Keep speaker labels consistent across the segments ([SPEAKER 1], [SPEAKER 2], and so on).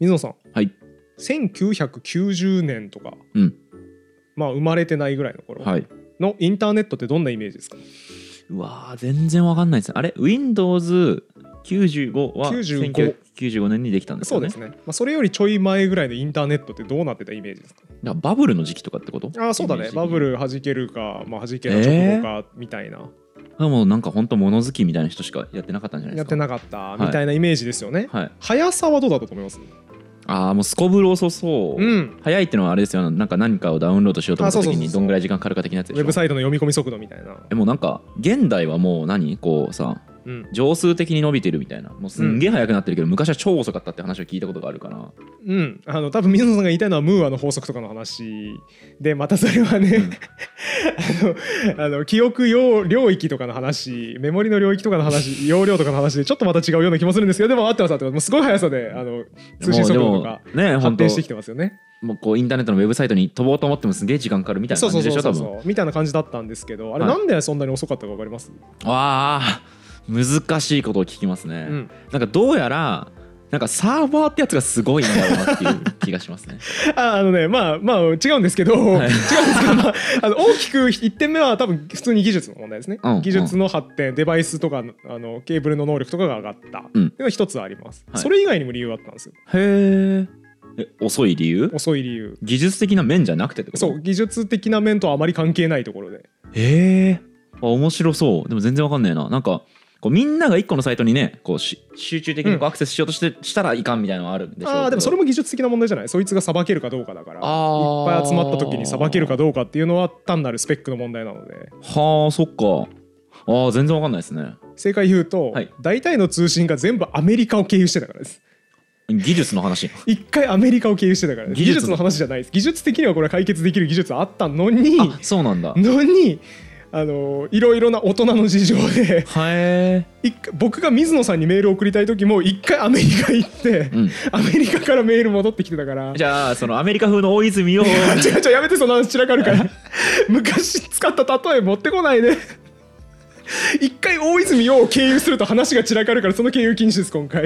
[SPEAKER 1] 水野さん、
[SPEAKER 2] はい、
[SPEAKER 1] 1990年とか、
[SPEAKER 2] うん
[SPEAKER 1] まあ生まれてないぐらいの頃
[SPEAKER 2] はい
[SPEAKER 1] のインターネットってどんなイメージですか、
[SPEAKER 2] うわー全然わかんないですねあれ Windows95 は
[SPEAKER 1] 95
[SPEAKER 2] 1995年にできたんです
[SPEAKER 1] そ
[SPEAKER 2] よ
[SPEAKER 1] うで
[SPEAKER 2] ね
[SPEAKER 1] すね、まあ、それよりちょい前ぐらいのインターネットってどうなってたイメージですか
[SPEAKER 2] だからバブルの時期とかってこと
[SPEAKER 1] ああそうだ
[SPEAKER 2] イメー
[SPEAKER 1] ね
[SPEAKER 2] ジ的
[SPEAKER 1] バ
[SPEAKER 2] に
[SPEAKER 1] ブル弾けるか、まあ、弾けた直後かみたいな、
[SPEAKER 2] でもなんか本当物好きみたいな人しかやってなかったんじゃないで
[SPEAKER 1] やっ
[SPEAKER 2] す
[SPEAKER 1] て
[SPEAKER 2] か
[SPEAKER 1] なかったみたいなイメージですよね、
[SPEAKER 2] はい
[SPEAKER 1] 速さはどうだったと思います
[SPEAKER 2] ああもうすこぶる遅そう、
[SPEAKER 1] うん
[SPEAKER 2] 早いってのはあれですよなんか何かをダウンロードしようと思った
[SPEAKER 1] あそう
[SPEAKER 2] 時
[SPEAKER 1] そうそう
[SPEAKER 2] に
[SPEAKER 1] そう
[SPEAKER 2] どんぐらい時間かかるか的なやつ
[SPEAKER 1] ウ
[SPEAKER 2] でし
[SPEAKER 1] ェブ
[SPEAKER 2] ょ
[SPEAKER 1] サイトの読み込み速度みたいな、
[SPEAKER 2] えもうなんか現代はもう何こうさ
[SPEAKER 1] うん
[SPEAKER 2] 常数的に伸びてるみたいなもうすんげえ速くなってるけど、昔は超遅かったって話を聞いたことがあるから
[SPEAKER 1] うん、あの多分水野さんが言いたいのはムーアの法則とかの話でまたそれはね、 あのあの記憶用領域とかの話メモリの領域とかの 話容量とかの話でちょっとまた違うような気もするんですけどでも合ってます合ってますもうすごい速さであの通信速度とか
[SPEAKER 2] もうでもね
[SPEAKER 1] 発
[SPEAKER 2] 本当
[SPEAKER 1] 展してきてますよね。
[SPEAKER 2] もうこうインターネットのウェブサイトに飛ぼうと思ってもすげえ時間かかるみたいな
[SPEAKER 1] そう
[SPEAKER 2] 感
[SPEAKER 1] そう
[SPEAKER 2] じ
[SPEAKER 1] そ
[SPEAKER 2] で
[SPEAKER 1] う
[SPEAKER 2] しょ
[SPEAKER 1] そ
[SPEAKER 2] 多
[SPEAKER 1] う
[SPEAKER 2] 分
[SPEAKER 1] そうみたいな感じだったんですけどあれ
[SPEAKER 2] はい
[SPEAKER 1] なんでそんなに遅かったか分かります、
[SPEAKER 2] わあ難しいことを聞きますね、
[SPEAKER 1] うん
[SPEAKER 2] なんかどうやらなんかサーバーってやつがすごいんだろうなっていう気がしま すね
[SPEAKER 1] ああのねまあまあ違うんですけど、
[SPEAKER 2] はい
[SPEAKER 1] 違うんですけど、まあ、あの大きく1点目は多分普通に技術の問題ですね、
[SPEAKER 2] うん
[SPEAKER 1] 技術の発展デバイスとかのあのケーブルの能力とかが上がった、
[SPEAKER 2] うん
[SPEAKER 1] では一つあります、
[SPEAKER 2] はい
[SPEAKER 1] それ以外にも理由があったんですよ
[SPEAKER 2] へええ遅い理由
[SPEAKER 1] 遅い理由
[SPEAKER 2] 技術的な面じゃなくてってこと
[SPEAKER 1] そう技術的な面とはあまり関係ないところで
[SPEAKER 2] へえあ面白そうでも全然わかんないななんかこうみんなが一個のサイトにねこうし集中的にこうアクセスしようとして、したらいかんみたいなのはあるんでしょうけど
[SPEAKER 1] ああでもそれも技術的な問題じゃないそいつがさばけるかどうかだからいっ
[SPEAKER 2] あー
[SPEAKER 1] ぱい集まった時にさばけるかどうかっていうのは単なるスペックの問題なので
[SPEAKER 2] はあそっかあー全然わかんないですね
[SPEAKER 1] 正解言うと、
[SPEAKER 2] はい
[SPEAKER 1] 大体の通信が全部アメリカを経由してたからです
[SPEAKER 2] 技術の話
[SPEAKER 1] 一回アメリカを経由してたからね
[SPEAKER 2] 技
[SPEAKER 1] 技
[SPEAKER 2] 術
[SPEAKER 1] 術の話じゃないです技術的にはこれは解決できる技術あったのに
[SPEAKER 2] あそうなん だ
[SPEAKER 1] のにあのいろいろな大人の事情で
[SPEAKER 2] はえ
[SPEAKER 1] 一回僕が水野さんにメールを送りたい時も一回アメリカ行って、
[SPEAKER 2] うん
[SPEAKER 1] アメリカからメール戻ってきてたから
[SPEAKER 2] じゃあそのアメリカ風の大泉を
[SPEAKER 1] あ違う違うやめてその話散らかるから 昔使った例え持ってこないで一回大泉洋を経由すると話が散らかるからその経由禁止です今回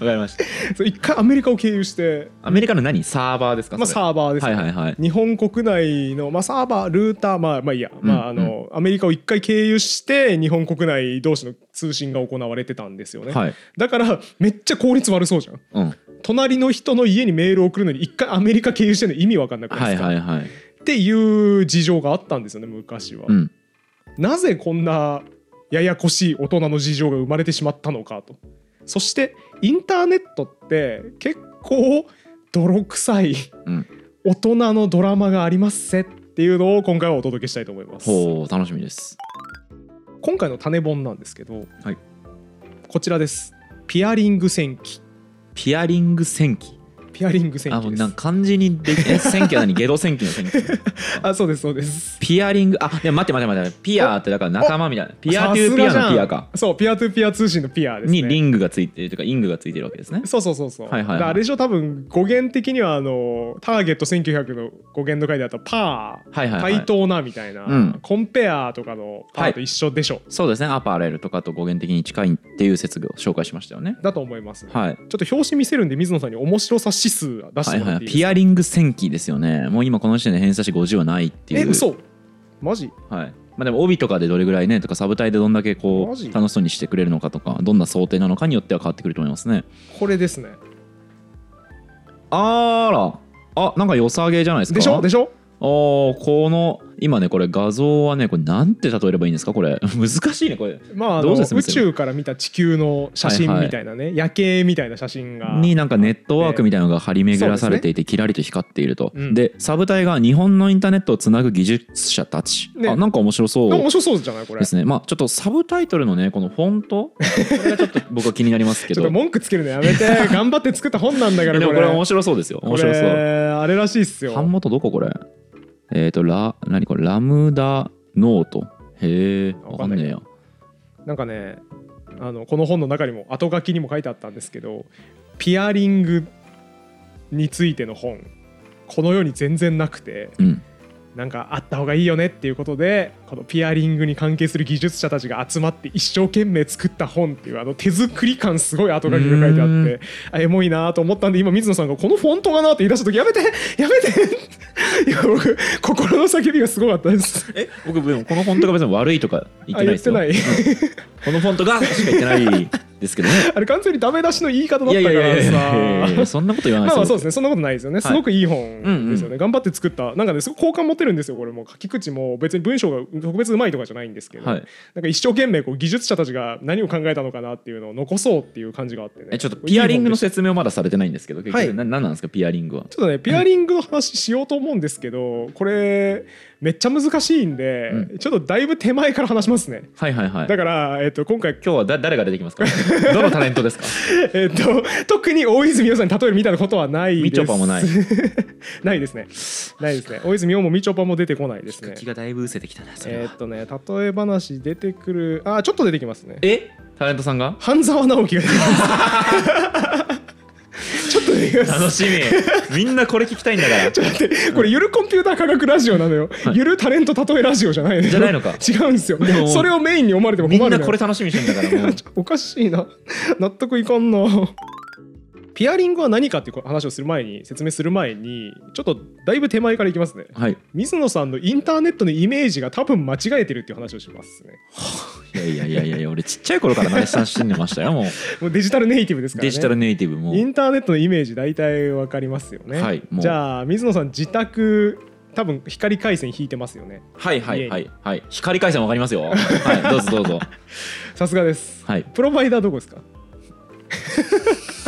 [SPEAKER 2] わかりま した
[SPEAKER 1] そう一回アメリカを経由して、
[SPEAKER 2] アメリカの何サーバーですか
[SPEAKER 1] まあ、
[SPEAKER 2] それ
[SPEAKER 1] サーバーですね、
[SPEAKER 2] はいはいはい
[SPEAKER 1] 日本国内の、まあ、サーバールーターまあまあいいや、まああのアメリカを一回経由して日本国内同士の通信が行われてたんですよね、
[SPEAKER 2] はい
[SPEAKER 1] だからめっちゃ効率悪そうじゃん
[SPEAKER 2] うん
[SPEAKER 1] 隣の人の家にメールを送るのに一回アメリカ経由してるの意味わかんなくないで
[SPEAKER 2] はい
[SPEAKER 1] すか、
[SPEAKER 2] はいはい
[SPEAKER 1] っていう事情があったんですよね昔は、
[SPEAKER 2] うん
[SPEAKER 1] なぜこんなややこしい大人の事情が生まれてしまったのかとそしてインターネットって結構泥臭い
[SPEAKER 2] うん
[SPEAKER 1] 大人のドラマがありますせっていうのを今回はお届けしたいと思います
[SPEAKER 2] ほう楽しみです
[SPEAKER 1] 今回の種本なんですけど、
[SPEAKER 2] はい
[SPEAKER 1] こちらですピアリング戦記
[SPEAKER 2] ピアリング戦記
[SPEAKER 1] ピアリング戦
[SPEAKER 2] あ
[SPEAKER 1] 記
[SPEAKER 2] もう
[SPEAKER 1] で
[SPEAKER 2] なん
[SPEAKER 1] す
[SPEAKER 2] か漢字にできえ戦記は何ゲド戦記の 戦記
[SPEAKER 1] あそうですそうです
[SPEAKER 2] ピアリングあでも待って待って待ってピアーってだから仲間みたいなピアトゥーピ
[SPEAKER 1] さすがじ
[SPEAKER 2] ア
[SPEAKER 1] ゃ
[SPEAKER 2] の
[SPEAKER 1] ん
[SPEAKER 2] ピアか
[SPEAKER 1] そうピアトゥピア通信のピアですね
[SPEAKER 2] にリングがついてるというかイングがついてるわけですね
[SPEAKER 1] そうそうそうそう。
[SPEAKER 2] はいはいはい
[SPEAKER 1] だからあれ以上多分語源的にはあのターゲット1900の語源の回であったパー、
[SPEAKER 2] はいはいはい
[SPEAKER 1] 対等なみたいな、
[SPEAKER 2] うん
[SPEAKER 1] コンペアとかのパーと一緒でしょ、
[SPEAKER 2] そうですねアパレルとかと語源的に近いっていう説を紹介しましたよね
[SPEAKER 1] だと思います。
[SPEAKER 2] はい
[SPEAKER 1] ちょっと表紙見せるんで水野さんに面白さ指数出し
[SPEAKER 2] は
[SPEAKER 1] て
[SPEAKER 2] い
[SPEAKER 1] もら
[SPEAKER 2] は
[SPEAKER 1] って
[SPEAKER 2] い
[SPEAKER 1] いいです
[SPEAKER 2] ピ
[SPEAKER 1] か。
[SPEAKER 2] アリング戦記ですよねもう今この時点で偏差値50はないっていう
[SPEAKER 1] え嘘。マジ。
[SPEAKER 2] はいまあ、でも帯とかでどれぐらいねとかサブタイでどんだけこ
[SPEAKER 1] マジ
[SPEAKER 2] う楽しそうにしてくれるのかとかどんな想定なのかによっては変わってくると思いますね
[SPEAKER 1] これですね。
[SPEAKER 2] あらあなんか良さげじゃないですか
[SPEAKER 1] でしょで
[SPEAKER 2] し
[SPEAKER 1] しょ。
[SPEAKER 2] ょこの今ねこれ画像はねこれなんて例えればいいんですかこれ 難しいねこれ
[SPEAKER 1] まああ
[SPEAKER 2] ど
[SPEAKER 1] の
[SPEAKER 2] う説明
[SPEAKER 1] 宇
[SPEAKER 2] する
[SPEAKER 1] 宙から見た地球の写真みたいなね、夜景みたいな写真が。
[SPEAKER 2] になんかネットワークみたいなのが張り巡らされていてキラリと光っていると
[SPEAKER 1] うん
[SPEAKER 2] でサブタイが日本のインターネットをつなぐ技術者たち
[SPEAKER 1] ね
[SPEAKER 2] あなんか面白そう
[SPEAKER 1] でも面白そうじゃないこれ。
[SPEAKER 2] で
[SPEAKER 1] ち
[SPEAKER 2] すねまあちょっとサブタイトルのねこのフォントこれがちょっと僕は気になります
[SPEAKER 1] ょ
[SPEAKER 2] け
[SPEAKER 1] っ
[SPEAKER 2] ど
[SPEAKER 1] と文句つけるのやめ て頑張って作った本なんだから
[SPEAKER 2] で
[SPEAKER 1] こ
[SPEAKER 2] も
[SPEAKER 1] れ
[SPEAKER 2] これ面白そうですよ面白そ
[SPEAKER 1] これ
[SPEAKER 2] う
[SPEAKER 1] あれらしいっすよ
[SPEAKER 2] 版元どここれえっ、ー、とラ何これラムダノートへえわ
[SPEAKER 1] わ
[SPEAKER 2] か
[SPEAKER 1] か
[SPEAKER 2] ん
[SPEAKER 1] んな
[SPEAKER 2] ね
[SPEAKER 1] い
[SPEAKER 2] えや
[SPEAKER 1] なんかねあのこの本の中にも後書きにも書いてあったんですけどピアリングについての本この世に全然なくて
[SPEAKER 2] うん
[SPEAKER 1] なんかあった方がいいよねっていうことでこのピアリングに関係する技術者たちが集まって一生懸命作った本っていうあの手作り感すごい後書きが書いてあ
[SPEAKER 2] う
[SPEAKER 1] っ
[SPEAKER 2] ん
[SPEAKER 1] てあエモいなと思ったんで今水野さんがこのフォントがなって言い出した時やめてやめていや僕心の叫びがすごかったです。
[SPEAKER 2] え僕でもこのフォントが別に悪いとか言っ
[SPEAKER 1] あ
[SPEAKER 2] てない
[SPEAKER 1] 言
[SPEAKER 2] で
[SPEAKER 1] っ
[SPEAKER 2] す
[SPEAKER 1] て
[SPEAKER 2] よ
[SPEAKER 1] ない
[SPEAKER 2] このフォントがしか言ってないですけどね
[SPEAKER 1] あれ完全にダメ出しの言い方だっ
[SPEAKER 2] い
[SPEAKER 1] た
[SPEAKER 2] やい
[SPEAKER 1] か
[SPEAKER 2] やいやいや
[SPEAKER 1] ら
[SPEAKER 2] い
[SPEAKER 1] さ
[SPEAKER 2] やそんなこと言わない
[SPEAKER 1] まあまあ
[SPEAKER 2] です
[SPEAKER 1] そう
[SPEAKER 2] よ
[SPEAKER 1] ですねそんなことないですよねすごくいい本ですよね、頑張って作ったなんかねすごく好感持ってるんですよこれも書き口も別に文章が特別うまいとかじゃないんですけど、
[SPEAKER 2] はい
[SPEAKER 1] なんか一生懸命こう技術者たちが何を考えたのかなっていうのを残そうっていう感じがあってね
[SPEAKER 2] えちょっとピアリング
[SPEAKER 1] いい本
[SPEAKER 2] の
[SPEAKER 1] でした
[SPEAKER 2] 説明をまだされてないんですけど結
[SPEAKER 1] はい
[SPEAKER 2] 局な何なんですかピアリングは
[SPEAKER 1] ちょっとねピアリングの話しようと思うんですけどこれめっちゃ難しいんで、
[SPEAKER 2] う
[SPEAKER 1] ちょっとだいぶ手前から話しますね
[SPEAKER 2] はいはいはい
[SPEAKER 1] だから、えっと今回
[SPEAKER 2] 今日はだ誰が出てき ますかどのタレントですか
[SPEAKER 1] えっと、 特に大泉洋さんに例えるみたいなことはないです。
[SPEAKER 2] みちょぱも ない。
[SPEAKER 1] ないですね。ないですね。大泉洋もみちょぱも出てこないですね。
[SPEAKER 2] がだいぶ失せてきたなそ
[SPEAKER 1] えっとね、例え話出てくる、あ、ちょっと出てきますね。
[SPEAKER 2] えタレントさ んが
[SPEAKER 1] 半沢直樹が出てきます。ちょっと出てきます。
[SPEAKER 2] 楽しみみんなこれ聞きたいんだから
[SPEAKER 1] ちょっと待ってこれゆるコンピューター科学ラジオなのよ、ゆるタレント例えラジオじゃないのよ
[SPEAKER 2] じゃないのか
[SPEAKER 1] 違うんですよ
[SPEAKER 2] でも
[SPEAKER 1] それをメインに思われても困
[SPEAKER 2] み
[SPEAKER 1] る
[SPEAKER 2] ん
[SPEAKER 1] のよ
[SPEAKER 2] なこれ楽しみにしてんだから もう
[SPEAKER 1] おかしいな納得いかんなピアリングは何かっていう話をする前に説明する前にちょっとだいぶ手前からいきますね
[SPEAKER 2] はい
[SPEAKER 1] 水野さんのインターネットのイメージが多分間違えてるっていう話をしますね
[SPEAKER 2] いやいやいやいやいや俺ちっちゃい頃から慣れ親しんでましたよもう
[SPEAKER 1] もうデジタルネイティブですからね
[SPEAKER 2] デジタルネイティブも
[SPEAKER 1] インターネットのイメージ大体わかりますよね、
[SPEAKER 2] はいもう
[SPEAKER 1] じゃあ水野さん自宅多分光回線引いてますよね
[SPEAKER 2] はいはいはいはい光回線わかりますよはいどうぞどう ぞ
[SPEAKER 1] さすがです
[SPEAKER 2] はい
[SPEAKER 1] プロバイダーどこですか